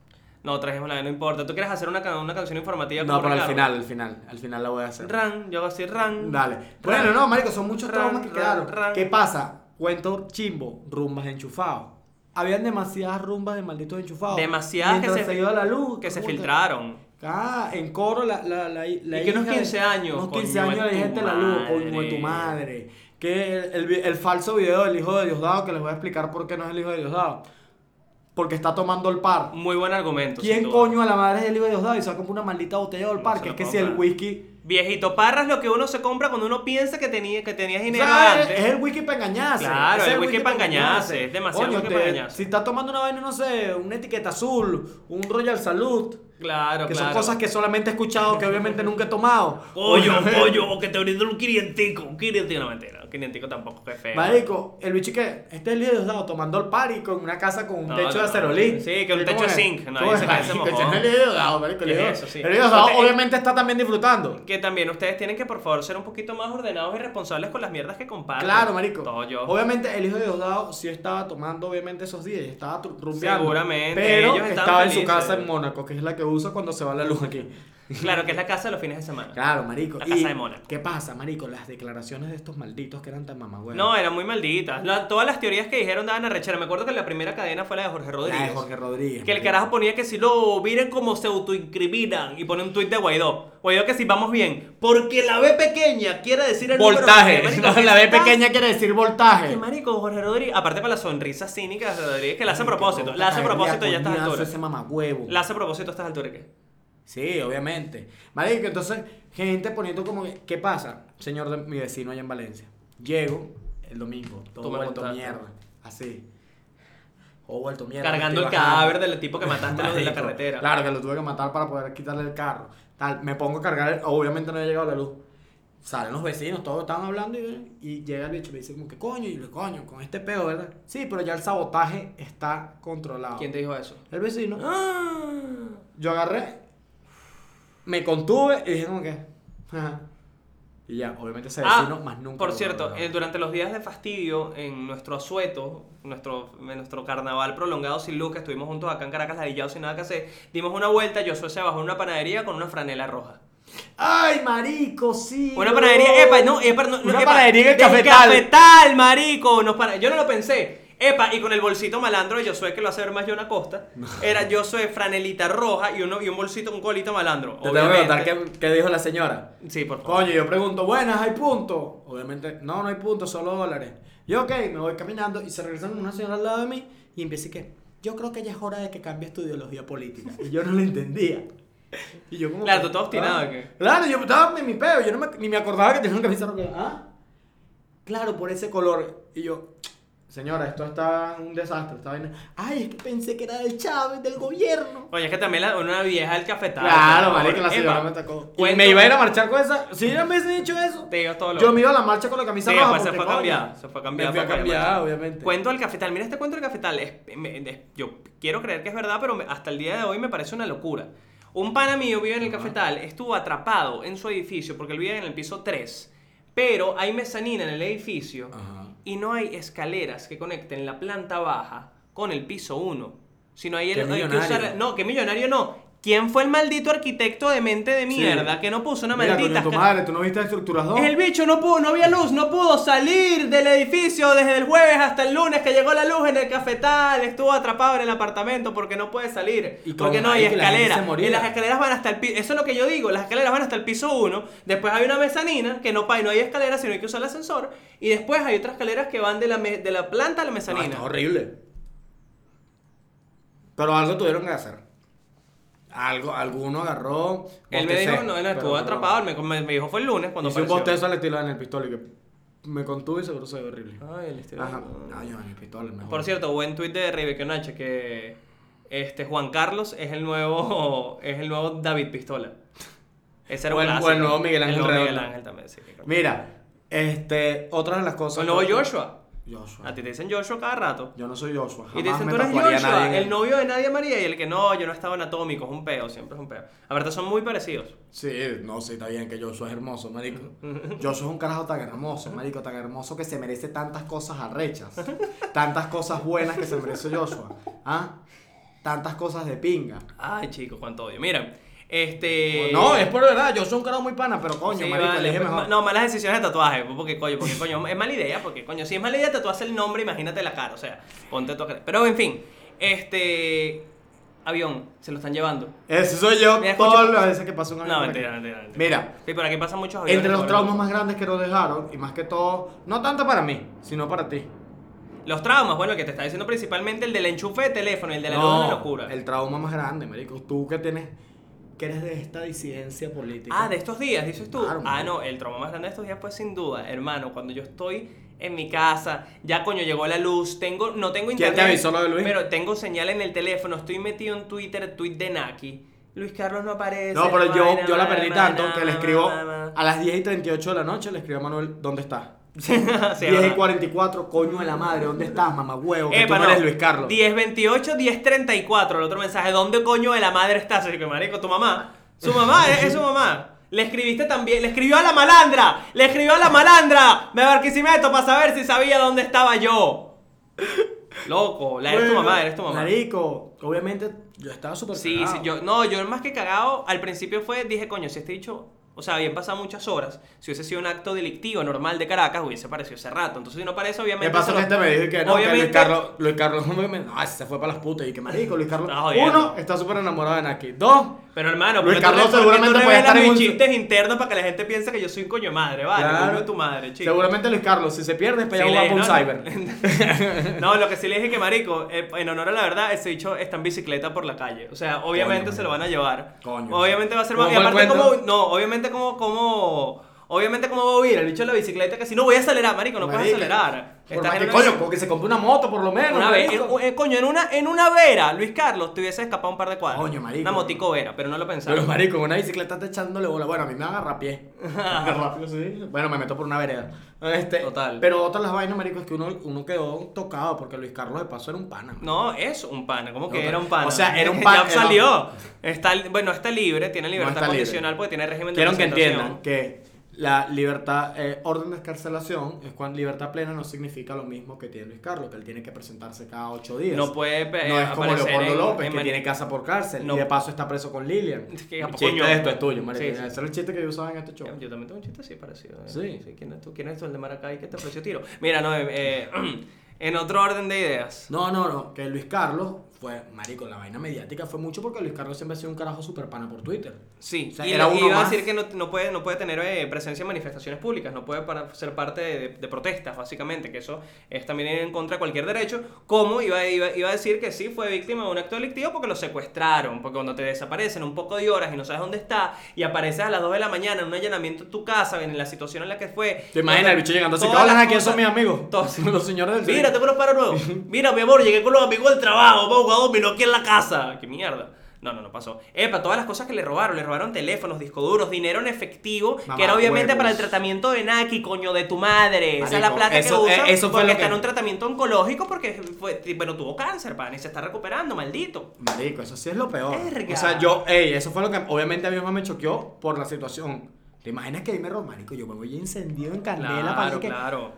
[SPEAKER 3] No, trajimos la no importa. ¿Tú quieres hacer una, can- una canción informativa?
[SPEAKER 4] No,
[SPEAKER 3] como
[SPEAKER 4] pero al
[SPEAKER 3] Ricardo?
[SPEAKER 4] final, al final, al final la voy a hacer.
[SPEAKER 3] Ran, yo hago así, ran.
[SPEAKER 4] Dale. Bueno, no, marico, son muchos
[SPEAKER 3] Ran,
[SPEAKER 4] traumas que
[SPEAKER 3] ran,
[SPEAKER 4] quedaron.
[SPEAKER 3] ran.
[SPEAKER 4] ¿Qué pasa? Cuento chimbo, rumbas enchufados. habían demasiadas rumbas de malditos enchufados.
[SPEAKER 3] Demasiadas que
[SPEAKER 4] Mientras
[SPEAKER 3] se-
[SPEAKER 4] iba la luz.
[SPEAKER 3] que se
[SPEAKER 4] puta.
[SPEAKER 3] filtraron.
[SPEAKER 4] Ah, en coro la, la, la, la
[SPEAKER 3] Y que unos
[SPEAKER 4] hija de-
[SPEAKER 3] 15 años,
[SPEAKER 4] Unos
[SPEAKER 3] coño
[SPEAKER 4] 15
[SPEAKER 3] de
[SPEAKER 4] años la
[SPEAKER 3] tu
[SPEAKER 4] hija de la luz, coño de
[SPEAKER 3] madre.
[SPEAKER 4] tu madre. Que el, el vi- el falso video del hijo de Diosdado, que les voy a explicar por qué no es el hijo de Diosdado. Porque está tomando el par.
[SPEAKER 3] Muy buen argumento. sin
[SPEAKER 4] ¿Quién
[SPEAKER 3] duda.
[SPEAKER 4] coño a la madre es el hijo de Diosdado y se va a comprar una maldita botella del
[SPEAKER 3] No
[SPEAKER 4] par?
[SPEAKER 3] se
[SPEAKER 4] que
[SPEAKER 3] lo
[SPEAKER 4] es que si el
[SPEAKER 3] compra.
[SPEAKER 4] whisky.
[SPEAKER 3] Viejito parra es lo que uno se compra cuando uno piensa que tenía que tenías dinero
[SPEAKER 4] O sea,
[SPEAKER 3] antes.
[SPEAKER 4] es el whisky para engañarse.
[SPEAKER 3] Claro,
[SPEAKER 4] Ese
[SPEAKER 3] el
[SPEAKER 4] es
[SPEAKER 3] whisky pa' engañarse, es demasiado
[SPEAKER 4] Coño,
[SPEAKER 3] whisky
[SPEAKER 4] te-
[SPEAKER 3] pa' engañarse.
[SPEAKER 4] Si está tomando una vaina, no sé, una etiqueta azul, un Royal Salud,
[SPEAKER 3] Claro,
[SPEAKER 4] que
[SPEAKER 3] claro.
[SPEAKER 4] son cosas que solamente he escuchado, que obviamente nunca he tomado.
[SPEAKER 3] Pollo, pollo, o que te brindó un clientico. Un clientico, no mentira. Un clientico tampoco, que feo.
[SPEAKER 4] Marico, el bicho que este es el líder de Diosdado tomando el party con una casa con un
[SPEAKER 3] No,
[SPEAKER 4] techo
[SPEAKER 3] no,
[SPEAKER 4] de
[SPEAKER 3] no.
[SPEAKER 4] acerolín.
[SPEAKER 3] Sí, que un
[SPEAKER 4] Y
[SPEAKER 3] techo
[SPEAKER 4] como
[SPEAKER 3] de zinc. No,
[SPEAKER 4] como,
[SPEAKER 3] ese que se
[SPEAKER 4] marico,
[SPEAKER 3] mojó.
[SPEAKER 4] ese es el líder de Diosdado, marico, el
[SPEAKER 3] ¿Qué es
[SPEAKER 4] líder-
[SPEAKER 3] eso, sí.
[SPEAKER 4] el líder de Diosdado
[SPEAKER 3] Entonces,
[SPEAKER 4] obviamente está también disfrutando.
[SPEAKER 3] Que también ustedes tienen que, por favor, ser un poquito más ordenados y responsables con las mierdas que comparten.
[SPEAKER 4] Claro, marico.
[SPEAKER 3] Todo yo.
[SPEAKER 4] Obviamente el hijo de Diosdado sí estaba tomando obviamente esos días, y estaba tru- rumbeando.
[SPEAKER 3] Seguramente,
[SPEAKER 4] Pero
[SPEAKER 3] ellos estaban
[SPEAKER 4] estaba en su
[SPEAKER 3] felices.
[SPEAKER 4] casa en Mónaco, que es la que usa cuando se va la luz aquí.
[SPEAKER 3] Claro, que es la casa de los fines de
[SPEAKER 4] <laughs>
[SPEAKER 3] semana.
[SPEAKER 4] Claro, marico.
[SPEAKER 3] La
[SPEAKER 4] y
[SPEAKER 3] casa de Mónaco.
[SPEAKER 4] ¿Qué pasa, marico? Las declaraciones de estos malditos que eran tan mamagüeos.
[SPEAKER 3] No, eran muy malditas. La- todas las teorías que dijeron daban a rechera. Me acuerdo que la primera cadena fue la de Jorge Rodríguez.
[SPEAKER 4] La de Ah, Jorge Rodríguez.
[SPEAKER 3] Que el
[SPEAKER 4] marico.
[SPEAKER 3] carajo ponía que si lo miren como se autoincriminan y pone un tuit de Guaidó. Guaidó que si vamos bien. Porque la B pequeña quiere decir el número-
[SPEAKER 4] Voltaje.
[SPEAKER 3] Marico,
[SPEAKER 4] <laughs> No,
[SPEAKER 3] ¿qué
[SPEAKER 4] la B
[SPEAKER 3] estás-
[SPEAKER 4] pequeña quiere decir voltaje.
[SPEAKER 3] Ay, marico, Jorge Rodríguez. Aparte para la sonrisa cínica de Jorge Rodríguez, que la hace a
[SPEAKER 4] Ay, qué
[SPEAKER 3] propósito.
[SPEAKER 4] boca
[SPEAKER 3] La hace a
[SPEAKER 4] caería,
[SPEAKER 3] propósito ya a estas
[SPEAKER 4] coñazo,
[SPEAKER 3] alturas.
[SPEAKER 4] ese mamagüevo.
[SPEAKER 3] La hace a propósito a estas alturas. ¿qué?
[SPEAKER 4] Sí, obviamente. Marico, entonces, gente poniendo como que, ¿qué pasa? Señor de mi vecino allá en Valencia. Llego el domingo, todo
[SPEAKER 3] Tú me
[SPEAKER 4] vuelto
[SPEAKER 3] contaste.
[SPEAKER 4] mierda. Así. O vuelto mierda.
[SPEAKER 3] Cargando el
[SPEAKER 4] estoy bajando.
[SPEAKER 3] cadáver del tipo que mataste en la
[SPEAKER 4] Marico,
[SPEAKER 3] carretera.
[SPEAKER 4] Claro, que lo tuve que matar para poder quitarle el carro. Tal, me pongo a cargar, el- obviamente no había llegado la luz. Salen los vecinos, todos estaban hablando y, y llega el bicho y me dice como que coño, y yo, coño, con este pedo, ¿verdad? Sí, pero ya el sabotaje está controlado.
[SPEAKER 3] ¿Quién te dijo eso?
[SPEAKER 4] El vecino.
[SPEAKER 3] Ah.
[SPEAKER 4] Yo agarré, me contuve y dije como que... ajá. Y ya, obviamente ese
[SPEAKER 3] Ah,
[SPEAKER 4] vecino más nunca.
[SPEAKER 3] Por
[SPEAKER 4] lo
[SPEAKER 3] cierto,
[SPEAKER 4] volvió a
[SPEAKER 3] eh,
[SPEAKER 4] hablar.
[SPEAKER 3] durante los días de fastidio, en nuestro asueto, nuestro, en nuestro carnaval prolongado sin luz, que estuvimos juntos acá en Caracas, ladillados sin nada que hacer, dimos una vuelta, yo se bajó en una panadería con una franela roja.
[SPEAKER 4] ¡Ay, marico, sí!
[SPEAKER 3] Una
[SPEAKER 4] bro!
[SPEAKER 3] panadería, epa, no, epa, no, no,
[SPEAKER 4] Una
[SPEAKER 3] epa,
[SPEAKER 4] panadería en el
[SPEAKER 3] del
[SPEAKER 4] Cafetal.
[SPEAKER 3] Cafetal, marico, nos para- yo no lo pensé. Epa, y con el bolsito malandro de Josué, que lo hace ver más Jonah Costa, era Josué franelita roja y, uno, y un bolsito, un colito malandro.
[SPEAKER 4] Te tengo que preguntar
[SPEAKER 3] obviamente.
[SPEAKER 4] qué, qué dijo la señora.
[SPEAKER 3] Sí, por favor.
[SPEAKER 4] Coño, yo pregunto, buenas, ¿hay punto? Obviamente, no, no hay punto, solo dólares. Yo, ok, me voy caminando y se regresan una señora al lado de mí y empieza y que, yo creo que ya es hora de que cambies tu ideología política. Y yo no lo entendía. Y yo como
[SPEAKER 3] Claro,
[SPEAKER 4] que,
[SPEAKER 3] tú todo obstinado,
[SPEAKER 4] ah.
[SPEAKER 3] ¿o qué?
[SPEAKER 4] Claro, yo estaba en mi peo, yo no me- ni me acordaba que tenía una camisa roja. Ah, claro, por ese color. Y yo, señora, esto está un desastre. Esta vaina. Ay, es que pensé que era del Chávez, del gobierno.
[SPEAKER 3] Oye, es que también la- una vieja del cafetal. por
[SPEAKER 4] Claro,
[SPEAKER 3] favor.
[SPEAKER 4] marico, la señora
[SPEAKER 3] Epa,
[SPEAKER 4] me atacó. Y
[SPEAKER 3] cuento-
[SPEAKER 4] me iba a ir a marchar con esa. Si ella me hubiese dicho eso,
[SPEAKER 3] Te digo todo lo
[SPEAKER 4] yo me iba a la marcha con la camisa
[SPEAKER 3] Sí,
[SPEAKER 4] roja.
[SPEAKER 3] pues se
[SPEAKER 4] porque,
[SPEAKER 3] fue
[SPEAKER 4] coño,
[SPEAKER 3] cambiada, se fue cambiada
[SPEAKER 4] Me fui a
[SPEAKER 3] para poder
[SPEAKER 4] cambiar,
[SPEAKER 3] marchar.
[SPEAKER 4] obviamente.
[SPEAKER 3] Cuento del cafetal. Mira este cuento del cafetal. es- me- es- yo quiero creer que es verdad, pero me- hasta el día de hoy me parece una locura. Un pana mío vive en el cafetal, estuvo atrapado en su edificio porque él vive en el piso 3. Pero hay mezanina en el edificio
[SPEAKER 4] Ajá.
[SPEAKER 3] y no hay escaleras que conecten la planta baja con el piso 1. Sino hay,
[SPEAKER 4] Qué
[SPEAKER 3] el, hay que
[SPEAKER 4] millonario.
[SPEAKER 3] usar. No, que millonario no. ¿Quién fue el maldito arquitecto de mente de mierda que no puso una
[SPEAKER 4] Mira, coño,
[SPEAKER 3] maldita
[SPEAKER 4] tu
[SPEAKER 3] esca-
[SPEAKER 4] madre, tú no viste estructuras 2.
[SPEAKER 3] el bicho no pudo, no había luz, no pudo salir del edificio desde el jueves hasta el lunes que llegó la luz en el cafetal, estuvo atrapado en el apartamento porque no puede salir,
[SPEAKER 4] Y con
[SPEAKER 3] porque no hay
[SPEAKER 4] marico, y la gente
[SPEAKER 3] escalera.
[SPEAKER 4] se moría.
[SPEAKER 3] Y las escaleras van hasta el piso, eso es lo que yo digo, las escaleras van hasta el piso 1, después hay una mezanina que no pa- no hay escalera, sino hay que usar el ascensor, y después hay otras escaleras que van de la, me- de la planta a la
[SPEAKER 4] No,
[SPEAKER 3] mezanina.
[SPEAKER 4] está horrible. Pero algo tuvieron que hacer. Algo, alguno agarró.
[SPEAKER 3] él me dijo,
[SPEAKER 4] bostecé,
[SPEAKER 3] no, él
[SPEAKER 4] pero
[SPEAKER 3] estuvo
[SPEAKER 4] no.
[SPEAKER 3] atrapado, él me, me- me dijo fue el lunes cuando
[SPEAKER 4] Hice un
[SPEAKER 3] apareció.
[SPEAKER 4] bostezo al estilo en el pistol y que me contuve y seguro se ve horrible.
[SPEAKER 3] Ay, el estilo-
[SPEAKER 4] Ajá. No, yo en el pistol mejor.
[SPEAKER 3] Ah, Por cierto, buen tweet de Ribequionache que este Juan Carlos es el nuevo <laughs> es el nuevo David Pistola. Ese era un
[SPEAKER 4] O el- o el
[SPEAKER 3] clásico.
[SPEAKER 4] nuevo Miguel Ángel
[SPEAKER 3] El nuevo Miguel
[SPEAKER 4] Redondo.
[SPEAKER 3] Ángel también, sí. que-
[SPEAKER 4] Mira, este, otra de las cosas.
[SPEAKER 3] O el nuevo
[SPEAKER 4] que-
[SPEAKER 3] Joshua.
[SPEAKER 4] Joshua.
[SPEAKER 3] A ti te dicen Joshua cada rato.
[SPEAKER 4] Yo no soy Joshua. Jamás
[SPEAKER 3] Y te dicen,
[SPEAKER 4] me
[SPEAKER 3] tú eres
[SPEAKER 4] tatuaría a nadie en
[SPEAKER 3] Joshua,
[SPEAKER 4] el-
[SPEAKER 3] el novio de Nadia María y el que no, yo no estaba en Atómico, es un peo, siempre es un peo. Aparte son muy parecidos.
[SPEAKER 4] Sí, no, sí, está bien que Joshua es hermoso,
[SPEAKER 3] <laughs>
[SPEAKER 4] marico. Joshua es un carajo tan hermoso, marico, tan hermoso que se merece tantas cosas arrechas. Tantas cosas buenas que se merece Joshua. ¿Ah? Tantas cosas de pinga.
[SPEAKER 3] Ay, chicos, cuánto odio. Mira, Este.
[SPEAKER 4] No, es por verdad, yo soy un carajo muy pana, pero coño,
[SPEAKER 3] Sí,
[SPEAKER 4] marico,
[SPEAKER 3] vale,
[SPEAKER 4] elige
[SPEAKER 3] pues,
[SPEAKER 4] mejor.
[SPEAKER 3] No, malas decisiones de tatuaje, pues, porque coño, porque coño, es mala idea, porque coño, si es mala idea tatuarse el nombre, imagínate la cara, o sea, ponte tu cara. Pero en fin, este avión, se lo están llevando.
[SPEAKER 4] Eso soy yo
[SPEAKER 3] Mira, escucha-
[SPEAKER 4] todas las veces que pasa un avión
[SPEAKER 3] No,
[SPEAKER 4] por
[SPEAKER 3] mentira,
[SPEAKER 4] aquí.
[SPEAKER 3] mentira, mentira.
[SPEAKER 4] Mira,
[SPEAKER 3] Sí, pero aquí pasan muchos aviones.
[SPEAKER 4] entre los
[SPEAKER 3] cabrón.
[SPEAKER 4] traumas más grandes que nos dejaron, y más que todo, no tanto para mí, sino para ti.
[SPEAKER 3] Los traumas, bueno, el que te está diciendo principalmente el del enchufe de teléfono, el de la luz de la locura.
[SPEAKER 4] El trauma más grande, marico. Tú que tienes, que eres de esta disidencia política.
[SPEAKER 3] Ah, de estos días, dices tú.
[SPEAKER 4] Claro,
[SPEAKER 3] ah,
[SPEAKER 4] man.
[SPEAKER 3] no, el trauma más grande de estos días pues sin duda, hermano, cuando yo estoy en mi casa, ya coño llegó la luz, tengo, no tengo
[SPEAKER 4] ¿Quién te
[SPEAKER 3] internet.
[SPEAKER 4] avisó lo de Luis?
[SPEAKER 3] Pero tengo señal en el teléfono, estoy metido en Twitter, tweet de Naki. Luis Carlos no aparece.
[SPEAKER 4] No, pero yo,
[SPEAKER 3] vaina,
[SPEAKER 4] yo la
[SPEAKER 3] vaina,
[SPEAKER 4] perdí
[SPEAKER 3] vaina,
[SPEAKER 4] tanto que le
[SPEAKER 3] vaina,
[SPEAKER 4] escribo <laughs>
[SPEAKER 3] vaina.
[SPEAKER 4] a las 10 y 38 de la noche, le escribo a Manuel, ¿dónde estás?
[SPEAKER 3] Sí, ajá.
[SPEAKER 4] 10 y 44, coño de la madre, ¿dónde estás, mamá huevo? Que
[SPEAKER 3] Epa,
[SPEAKER 4] tú no eres Luis Carlos.
[SPEAKER 3] 1028, 1034. El otro mensaje, ¿dónde coño de la madre estás? Y yo, marico, tu mamá. Su mamá, es, es su mamá. Le escribiste también, le escribió a la malandra, le escribió a la malandra de Barquisimeto para saber si sabía dónde estaba yo. Loco, la eres tu
[SPEAKER 4] Bueno,
[SPEAKER 3] mamá, eres tu mamá.
[SPEAKER 4] Marico, obviamente yo estaba súper
[SPEAKER 3] Sí, sí,
[SPEAKER 4] cagado.
[SPEAKER 3] yo, no, yo más que cagado, al principio fue, dije, coño, si este dicho, o sea, habían pasado muchas horas, si hubiese sido un acto delictivo normal de Caracas, hubiese aparecido hace rato, entonces si no aparece, obviamente...
[SPEAKER 4] Me pasó
[SPEAKER 3] se
[SPEAKER 4] que
[SPEAKER 3] lo-
[SPEAKER 4] este me dijo que no, que Luis
[SPEAKER 3] obviamente-
[SPEAKER 4] Carlos, Luis Carlos, <laughs> no, ese se fue para las putas y que marico, Luis Carlos,
[SPEAKER 3] Está jodiendo.
[SPEAKER 4] uno, está súper enamorado de Naki, dos,
[SPEAKER 3] Pero hermano,
[SPEAKER 4] Luis
[SPEAKER 3] porque tú,
[SPEAKER 4] Carlos
[SPEAKER 3] porque tú
[SPEAKER 4] seguramente puede
[SPEAKER 3] revelas
[SPEAKER 4] estar en
[SPEAKER 3] mis
[SPEAKER 4] un-
[SPEAKER 3] chistes internos para que la gente piense que yo soy un coño madre, vale,
[SPEAKER 4] Claro.
[SPEAKER 3] coño de tu madre, chico.
[SPEAKER 4] seguramente Luis Carlos, si se pierde,
[SPEAKER 3] Sí,
[SPEAKER 4] para allá
[SPEAKER 3] le-
[SPEAKER 4] un
[SPEAKER 3] no,
[SPEAKER 4] cyber.
[SPEAKER 3] No, <laughs> lo que sí le dije que marico, eh, en honor a la verdad, ese dicho está en bicicleta por la calle. O sea, obviamente
[SPEAKER 4] Coño,
[SPEAKER 3] se lo van a llevar.
[SPEAKER 4] Coño.
[SPEAKER 3] Obviamente va a ser más. Y
[SPEAKER 4] ¿Cómo fue
[SPEAKER 3] aparte
[SPEAKER 4] el
[SPEAKER 3] como.
[SPEAKER 4] cuento?
[SPEAKER 3] No, obviamente como, como. Obviamente como va a huir el bicho de la bicicleta que si no voy a acelerar, marico, no <laughs>
[SPEAKER 4] Marico,
[SPEAKER 3] puedo acelerar.
[SPEAKER 4] Por
[SPEAKER 3] Estás
[SPEAKER 4] más
[SPEAKER 3] en
[SPEAKER 4] que
[SPEAKER 3] una
[SPEAKER 4] coño,
[SPEAKER 3] bici-
[SPEAKER 4] porque se compró una moto por lo menos.
[SPEAKER 3] una vez,
[SPEAKER 4] marico.
[SPEAKER 3] en- eh, coño, en una, en una vera, Luis Carlos, te hubiese escapado un par de cuadras.
[SPEAKER 4] Coño, marico.
[SPEAKER 3] Una motico vera, pero no lo pensaba.
[SPEAKER 4] Pero marico, en una bicicleta está echándole bola. Bueno, a mí me agarra
[SPEAKER 3] <laughs>
[SPEAKER 4] pie. Rápido, sí. Bueno, me meto por una vereda. Este,
[SPEAKER 3] Total.
[SPEAKER 4] Pero otra de las vainas, marico, es que uno, uno quedó tocado porque Luis Carlos de paso era un pana.
[SPEAKER 3] No, es un pana, ¿cómo que
[SPEAKER 4] No,
[SPEAKER 3] era un pana?
[SPEAKER 4] o sea, era un
[SPEAKER 3] <laughs> Ya
[SPEAKER 4] pana,
[SPEAKER 3] salió. Está, bueno, está libre, tiene libertad
[SPEAKER 4] está libre.
[SPEAKER 3] condicional porque tiene régimen de
[SPEAKER 4] Quiero que
[SPEAKER 3] presentación.
[SPEAKER 4] entiendan que la libertad, eh, orden de escarcelación, es cuando libertad plena no significa lo mismo que tiene Luis Carlos, que él tiene que presentarse cada ocho días.
[SPEAKER 3] No puede, eh,
[SPEAKER 4] No es como
[SPEAKER 3] aparecer
[SPEAKER 4] Leopoldo
[SPEAKER 3] en-
[SPEAKER 4] López,
[SPEAKER 3] en
[SPEAKER 4] que
[SPEAKER 3] mani-
[SPEAKER 4] tiene casa por cárcel.
[SPEAKER 3] No.
[SPEAKER 4] Y de paso está preso con Lilian.
[SPEAKER 3] <laughs> Es que,
[SPEAKER 4] El
[SPEAKER 3] coño.
[SPEAKER 4] chiste de esto es tuyo, marico.
[SPEAKER 3] Sí, sí.
[SPEAKER 4] Ese era el chiste que yo usaba en este show.
[SPEAKER 3] Yo también tengo un chiste así parecido. ¿eh?
[SPEAKER 4] Sí.
[SPEAKER 3] ¿Quién es tú? ¿Quién es tú? El de Maracay que te ofreció tiro. Mira, no, eh, eh, <clears throat> en otro orden de ideas.
[SPEAKER 4] No, no, no, que Luis Carlos fue, marico, la vaina mediática fue mucho porque Luis Carlos siempre ha sido un carajo super pana por Twitter.
[SPEAKER 3] Sí,
[SPEAKER 4] O sea,
[SPEAKER 3] y
[SPEAKER 4] era
[SPEAKER 3] le-
[SPEAKER 4] uno
[SPEAKER 3] iba
[SPEAKER 4] más.
[SPEAKER 3] a decir que no, no puede, no puede tener eh, presencia en manifestaciones públicas, no puede para- ser parte de, de protestas, básicamente, que eso es también ir en contra de cualquier derecho. Como iba, iba, iba a decir que sí fue víctima de un acto delictivo porque lo secuestraron, porque cuando te desaparecen un poco de horas y no sabes dónde está, y apareces a las 2 de la mañana en un allanamiento en tu casa, en la situación en la que fue.
[SPEAKER 4] ¿Te imaginas el bicho llegando así? ¿Qué hablan aquí? ¿Quién son mis amigos?
[SPEAKER 3] Todos.
[SPEAKER 4] <laughs> Los señores del
[SPEAKER 3] Mira, tengo unos paros
[SPEAKER 4] <laughs>
[SPEAKER 3] nuevos. Mira, mi amor, llegué con los amigos del trabajo. Vamos a jugar dominó aquí en la casa. ¡Qué mierda! No, no, no pasó. Epa, todas las cosas que le robaron. Le robaron teléfonos, discos duros, dinero en efectivo.
[SPEAKER 4] Mamá,
[SPEAKER 3] que era obviamente
[SPEAKER 4] huevos.
[SPEAKER 3] para el tratamiento de Naki, coño, de tu madre. Esa es la
[SPEAKER 4] Marico,
[SPEAKER 3] plata
[SPEAKER 4] eso-
[SPEAKER 3] que usa.
[SPEAKER 4] eh, eso fue
[SPEAKER 3] porque
[SPEAKER 4] lo
[SPEAKER 3] está
[SPEAKER 4] que-
[SPEAKER 3] en un tratamiento oncológico porque, fue, bueno, tuvo cáncer, pan, y se está recuperando, maldito.
[SPEAKER 4] Marico, eso sí es lo peor.
[SPEAKER 3] Verga.
[SPEAKER 4] O sea, yo, ey, eso fue lo que obviamente a mí más me choqueó por la situación. ¿Te imaginas que ahí me robó, marico? Yo me voy encendido en candela para
[SPEAKER 3] Claro,
[SPEAKER 4] que...
[SPEAKER 3] claro.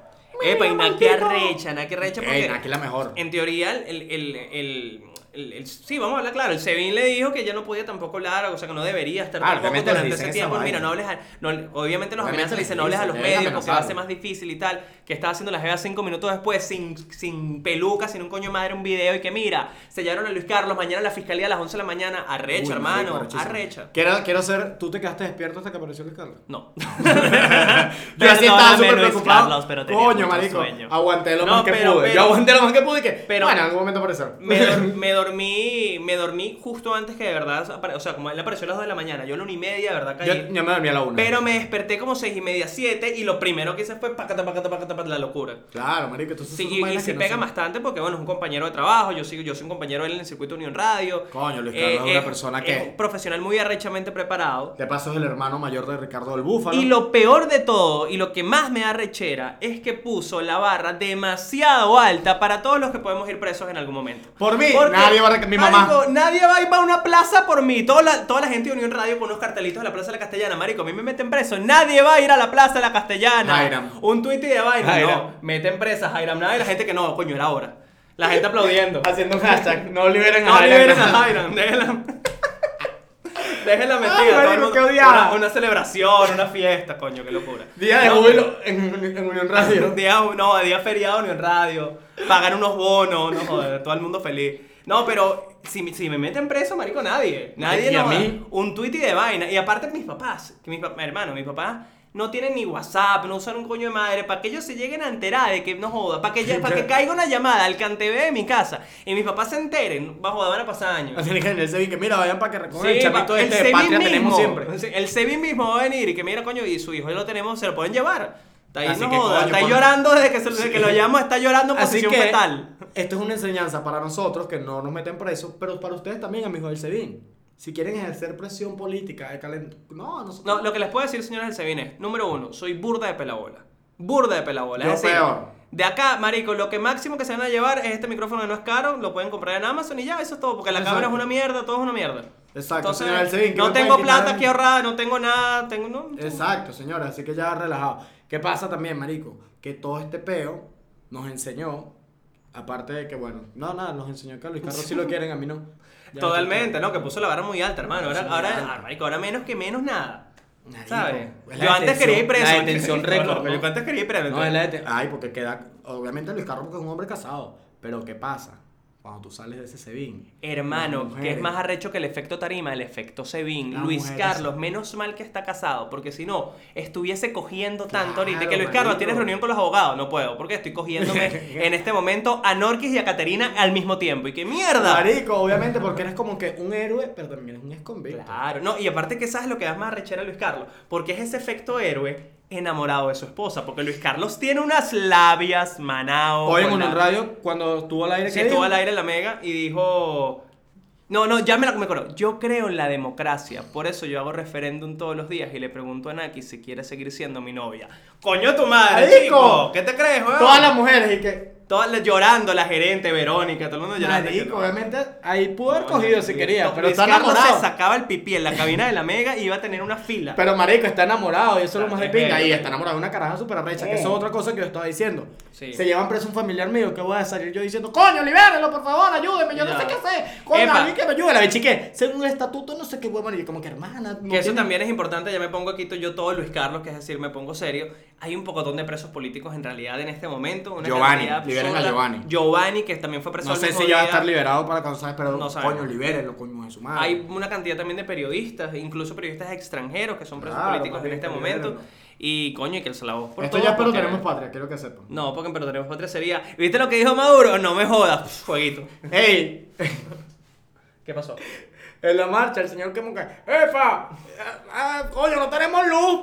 [SPEAKER 3] Epa, y Naki arrecha, Naki arrecha porque...
[SPEAKER 4] Ey, aquí la mejor.
[SPEAKER 3] En teoría, el, el, el, el- el- el- sí, vamos a hablar claro. El Sevin le dijo que ya no podía tampoco hablar, o sea, que no debería estar
[SPEAKER 4] Claro,
[SPEAKER 3] tampoco
[SPEAKER 4] Ah, obviamente les
[SPEAKER 3] durante
[SPEAKER 4] dicen
[SPEAKER 3] ese
[SPEAKER 4] esa
[SPEAKER 3] tiempo. Mira,
[SPEAKER 4] vaina.
[SPEAKER 3] no hables a- no, obviamente los
[SPEAKER 4] Obviamente
[SPEAKER 3] amenazas le
[SPEAKER 4] les
[SPEAKER 3] dicen, no hables a
[SPEAKER 4] dicen,
[SPEAKER 3] los
[SPEAKER 4] deben
[SPEAKER 3] medios porque va a ser
[SPEAKER 4] amenazarlo.
[SPEAKER 3] más difícil y tal. Que estaba haciendo la jeva cinco minutos después, sin, sin peluca, sin un coño de madre, un video. Y que mira, sellaron a Luis Carlos mañana la fiscalía a las 11 de la mañana. Arrecho,
[SPEAKER 4] Uy, marico,
[SPEAKER 3] hermano,
[SPEAKER 4] arrechísimo.
[SPEAKER 3] arrecha.
[SPEAKER 4] Quiero, quiero ser... ¿Tú te quedaste despierto hasta que apareció Luis Carlos? <laughs>
[SPEAKER 3] No.
[SPEAKER 4] Yo así
[SPEAKER 3] Perdóname,
[SPEAKER 4] estaba súper
[SPEAKER 3] Luis
[SPEAKER 4] preocupado.
[SPEAKER 3] Carlos, pero tenía
[SPEAKER 4] Coño,
[SPEAKER 3] mucho
[SPEAKER 4] marico.
[SPEAKER 3] sueño.
[SPEAKER 4] Aguanté lo
[SPEAKER 3] No,
[SPEAKER 4] más que
[SPEAKER 3] pero-
[SPEAKER 4] pude.
[SPEAKER 3] pero-
[SPEAKER 4] yo aguanté lo más que pude y que.
[SPEAKER 3] pero-
[SPEAKER 4] bueno, en algún momento apareció.
[SPEAKER 3] Me,
[SPEAKER 4] <laughs>
[SPEAKER 3] dor- me dormí, me dormí justo antes que de verdad, apare- o sea, como él apareció a las 2 de la mañana, yo a la 1 y media, de verdad
[SPEAKER 4] yo,
[SPEAKER 3] caí.
[SPEAKER 4] yo me dormí a la una.
[SPEAKER 3] Pero me desperté como 6 y media, 7 y lo primero que hice fue pacata, pacata, pacata, pacata, la locura.
[SPEAKER 4] Claro, marico. Entonces
[SPEAKER 3] Sí,
[SPEAKER 4] son
[SPEAKER 3] y, y
[SPEAKER 4] vainas
[SPEAKER 3] se
[SPEAKER 4] que no
[SPEAKER 3] pega
[SPEAKER 4] son-
[SPEAKER 3] bastante porque, bueno, es un compañero de trabajo, yo sigo, yo soy un compañero de él en el circuito Unión Radio. Eh,
[SPEAKER 4] Coño, Luis Carlos es una persona que-
[SPEAKER 3] es un profesional muy arrechamente preparado.
[SPEAKER 4] De paso es el hermano mayor de Ricardo del Búfalo.
[SPEAKER 3] Y lo peor de todo, y lo que más me da rechera, es que puso la barra demasiado alta para todos los que podemos ir presos en algún momento.
[SPEAKER 4] Por mí, nadie va a rec- mi mamá.
[SPEAKER 3] marico, nadie va a ir para una plaza por mí. Toda la, toda la gente de Unión Radio con unos cartelitos de la Plaza de la Castellana, marico, a mí me meten preso. Nadie va a ir a la Plaza de la Castellana.
[SPEAKER 4] Jairam.
[SPEAKER 3] Un tuit y de vaina.
[SPEAKER 4] Jairam.
[SPEAKER 3] No, meten presa, Jairam. Nadie, la gente que no, coño, era ahora. La gente
[SPEAKER 4] <laughs>
[SPEAKER 3] aplaudiendo.
[SPEAKER 4] Haciendo un hashtag. No liberen a
[SPEAKER 3] No
[SPEAKER 4] Jairam.
[SPEAKER 3] liberen a Jairam, <laughs> déjenla. Dejen la mentira.
[SPEAKER 4] Ay,
[SPEAKER 3] todo el
[SPEAKER 4] marico,
[SPEAKER 3] mundo-
[SPEAKER 4] qué odiada.
[SPEAKER 3] Una, una celebración, una fiesta, coño, qué locura.
[SPEAKER 4] Día de
[SPEAKER 3] No,
[SPEAKER 4] júbilo en, en
[SPEAKER 3] <laughs>
[SPEAKER 4] Unión Radio.
[SPEAKER 3] Día, no, día feriado ni en radio. Pagar unos bonos, no joder, todo el mundo feliz. No, pero si, me- si me meten preso, marico, nadie. Nadie
[SPEAKER 4] ¿Y a
[SPEAKER 3] no va.
[SPEAKER 4] mí?
[SPEAKER 3] Un tuit y de vaina. Y aparte mis papás, que mis pa- hermano, mis papás no tienen ni WhatsApp, no usan un coño de madre, para que ellos se lleguen a enterar de que no joda, para que,
[SPEAKER 4] <laughs>
[SPEAKER 3] ya- pa' que caiga una llamada al canteve de mi casa y mis papás se enteren, va a joder, van a pasar años.
[SPEAKER 4] Así que en el Sebi que mira, vayan para que recojan el
[SPEAKER 3] Sí,
[SPEAKER 4] chapito
[SPEAKER 3] va-
[SPEAKER 4] este de
[SPEAKER 3] Sebi
[SPEAKER 4] patria tenemos
[SPEAKER 3] mismo.
[SPEAKER 4] siempre.
[SPEAKER 3] Sí, El Sebi mismo va a venir y que mira, coño, y su hijo lo tenemos, se lo pueden llevar. Está ahí,
[SPEAKER 4] Así
[SPEAKER 3] no
[SPEAKER 4] que,
[SPEAKER 3] joda,
[SPEAKER 4] coño,
[SPEAKER 3] está ahí
[SPEAKER 4] pon-
[SPEAKER 3] llorando desde que, se- desde que lo llamo, está llorando en
[SPEAKER 4] Así
[SPEAKER 3] posición
[SPEAKER 4] que
[SPEAKER 3] fetal.
[SPEAKER 4] esto es una enseñanza para nosotros que no nos meten presos, pero para ustedes también, amigos del SEBIN. Si quieren ejercer presión política, de calent... no, nosotros
[SPEAKER 3] No, lo que les puedo decir, señores del Sebin, es, número uno, soy burda de pelabola. Burda de pelabola.
[SPEAKER 4] Yo
[SPEAKER 3] es decir,
[SPEAKER 4] peor.
[SPEAKER 3] De acá, marico, lo que máximo que se van a llevar es este micrófono que no es caro, lo pueden comprar en Amazon y ya, eso es todo, porque la
[SPEAKER 4] Exacto.
[SPEAKER 3] cámara es una mierda, todo es una mierda.
[SPEAKER 4] Exacto,
[SPEAKER 3] Entonces,
[SPEAKER 4] señor del Sebin, ¿qué
[SPEAKER 3] no
[SPEAKER 4] me
[SPEAKER 3] tengo
[SPEAKER 4] pueden quitar?
[SPEAKER 3] plata aquí ahorrada, no tengo nada, tengo... No,
[SPEAKER 4] Exacto, señora, así que ya relajado. ¿Qué pasa también, marico? Que todo este peo nos enseñó, aparte de que, bueno, no, nada, nos enseñó que a Luis Carlos
[SPEAKER 3] <laughs>
[SPEAKER 4] si lo quieren, a mí no. Ya,
[SPEAKER 3] Totalmente, ¿no? Que puso la vara muy alta, hermano. Ahora,
[SPEAKER 4] Sí,
[SPEAKER 3] ahora,
[SPEAKER 4] claro.
[SPEAKER 3] ah, marico, ahora menos que menos nada.
[SPEAKER 4] Marico,
[SPEAKER 3] ¿Sabes?
[SPEAKER 4] es la
[SPEAKER 3] Yo antes
[SPEAKER 4] detención-
[SPEAKER 3] quería ir preso.
[SPEAKER 4] La
[SPEAKER 3] <laughs>
[SPEAKER 4] detención récord.
[SPEAKER 3] Yo antes quería ir preso.
[SPEAKER 4] No, es la deten- Ay, porque queda, obviamente Luis Carlos porque es un hombre casado, pero ¿qué pasa? Cuando tú sales de ese Sebin. las
[SPEAKER 3] Hermano, que
[SPEAKER 4] mujeres-
[SPEAKER 3] es más arrecho que el efecto tarima, el efecto Sebin.
[SPEAKER 4] Las
[SPEAKER 3] Luis
[SPEAKER 4] mujeres.
[SPEAKER 3] Carlos, menos mal que está casado, porque si no, estuviese cogiendo tanto
[SPEAKER 4] Claro,
[SPEAKER 3] ahorita. Que Luis
[SPEAKER 4] marico.
[SPEAKER 3] Carlos, tienes reunión con los abogados. No puedo, porque estoy cogiéndome
[SPEAKER 4] <laughs>
[SPEAKER 3] en este momento a Norquis y a Caterina al mismo tiempo. ¡Y qué mierda!
[SPEAKER 4] Marico, obviamente, porque eres como que un héroe, pero también eres un escondido.
[SPEAKER 3] Claro, no, y aparte que sabes lo que da más arrechera a Luis Carlos, porque es ese efecto héroe enamorado de su esposa, porque Luis Carlos tiene unas labias manao.
[SPEAKER 4] Hoy en
[SPEAKER 3] con
[SPEAKER 4] un
[SPEAKER 3] la-
[SPEAKER 4] radio, cuando estuvo al aire,
[SPEAKER 3] Sí,
[SPEAKER 4] ¿qué
[SPEAKER 3] estuvo
[SPEAKER 4] dijo?
[SPEAKER 3] al aire en la mega y dijo... No, no, ya me la me acuerdo. Yo creo en la democracia, por eso yo hago referéndum todos los días y le pregunto a Naki si quiere seguir siendo mi novia. ¡Coño tu madre,
[SPEAKER 4] ¡Marico!
[SPEAKER 3] chico! ¿Qué te crees, weón?
[SPEAKER 4] Todas las mujeres y que.
[SPEAKER 3] Todas las- llorando, la gerente, Verónica, todo el mundo llorando. que
[SPEAKER 4] Marico,
[SPEAKER 3] no.
[SPEAKER 4] obviamente ahí pudo haber
[SPEAKER 3] No,
[SPEAKER 4] cogido
[SPEAKER 3] no,
[SPEAKER 4] si
[SPEAKER 3] Luis-
[SPEAKER 4] quería, pero
[SPEAKER 3] Luis
[SPEAKER 4] está
[SPEAKER 3] Carlos
[SPEAKER 4] enamorado.
[SPEAKER 3] se sacaba el pipí en la cabina de la mega y iba a tener una fila.
[SPEAKER 4] Pero marico, está enamorado y eso es lo más de
[SPEAKER 3] Es
[SPEAKER 4] pinga.
[SPEAKER 3] bello.
[SPEAKER 4] Y está enamorado de una caraja súper arrecha, que eso es otra cosa que yo estaba diciendo.
[SPEAKER 3] Sí.
[SPEAKER 4] Se llevan preso un familiar mío que voy a salir yo diciendo, coño, libérenlo, por favor, ayúdeme, yo no,
[SPEAKER 3] Ya.
[SPEAKER 4] sé qué hacer. Coño,
[SPEAKER 3] Epa.
[SPEAKER 4] alguien que me ayude. La bichique, según el estatuto, no sé qué huevón. Y yo como que hermana. no
[SPEAKER 3] Que eso
[SPEAKER 4] tiene-
[SPEAKER 3] también es importante, ya me pongo aquí to- yo todo Luis Carlos, que es decir, me pongo serio. Hay un pocotón de presos políticos en realidad en este momento. una
[SPEAKER 4] Giovanni,
[SPEAKER 3] cantidad
[SPEAKER 4] liberen a
[SPEAKER 3] absurda.
[SPEAKER 4] Giovanni.
[SPEAKER 3] Giovanni, que también fue preso
[SPEAKER 4] No
[SPEAKER 3] al
[SPEAKER 4] sé
[SPEAKER 3] mismo
[SPEAKER 4] si ya va a
[SPEAKER 3] día.
[SPEAKER 4] estar Ah. liberado para cuando sabes, pero
[SPEAKER 3] No sabemos.
[SPEAKER 4] coño, libérenlo, coño, de su madre.
[SPEAKER 3] Hay una cantidad también de periodistas, incluso periodistas extranjeros que son presos
[SPEAKER 4] Claro,
[SPEAKER 3] políticos en
[SPEAKER 4] marico,
[SPEAKER 3] este
[SPEAKER 4] libérenlo.
[SPEAKER 3] momento. Y coño, y que se la voz por
[SPEAKER 4] Esto
[SPEAKER 3] todos,
[SPEAKER 4] ya pero
[SPEAKER 3] porque-
[SPEAKER 4] tenemos patria, quiero que sepan.
[SPEAKER 3] No, porque pero tenemos patria sería. ¿Viste lo que dijo Maduro? No me jodas, pf, jueguito.
[SPEAKER 4] <laughs> ¡Ey!
[SPEAKER 3] ¿Qué pasó?
[SPEAKER 4] En la marcha, el señor que monca. ¡Epa! Ah, coño, no tenemos luz.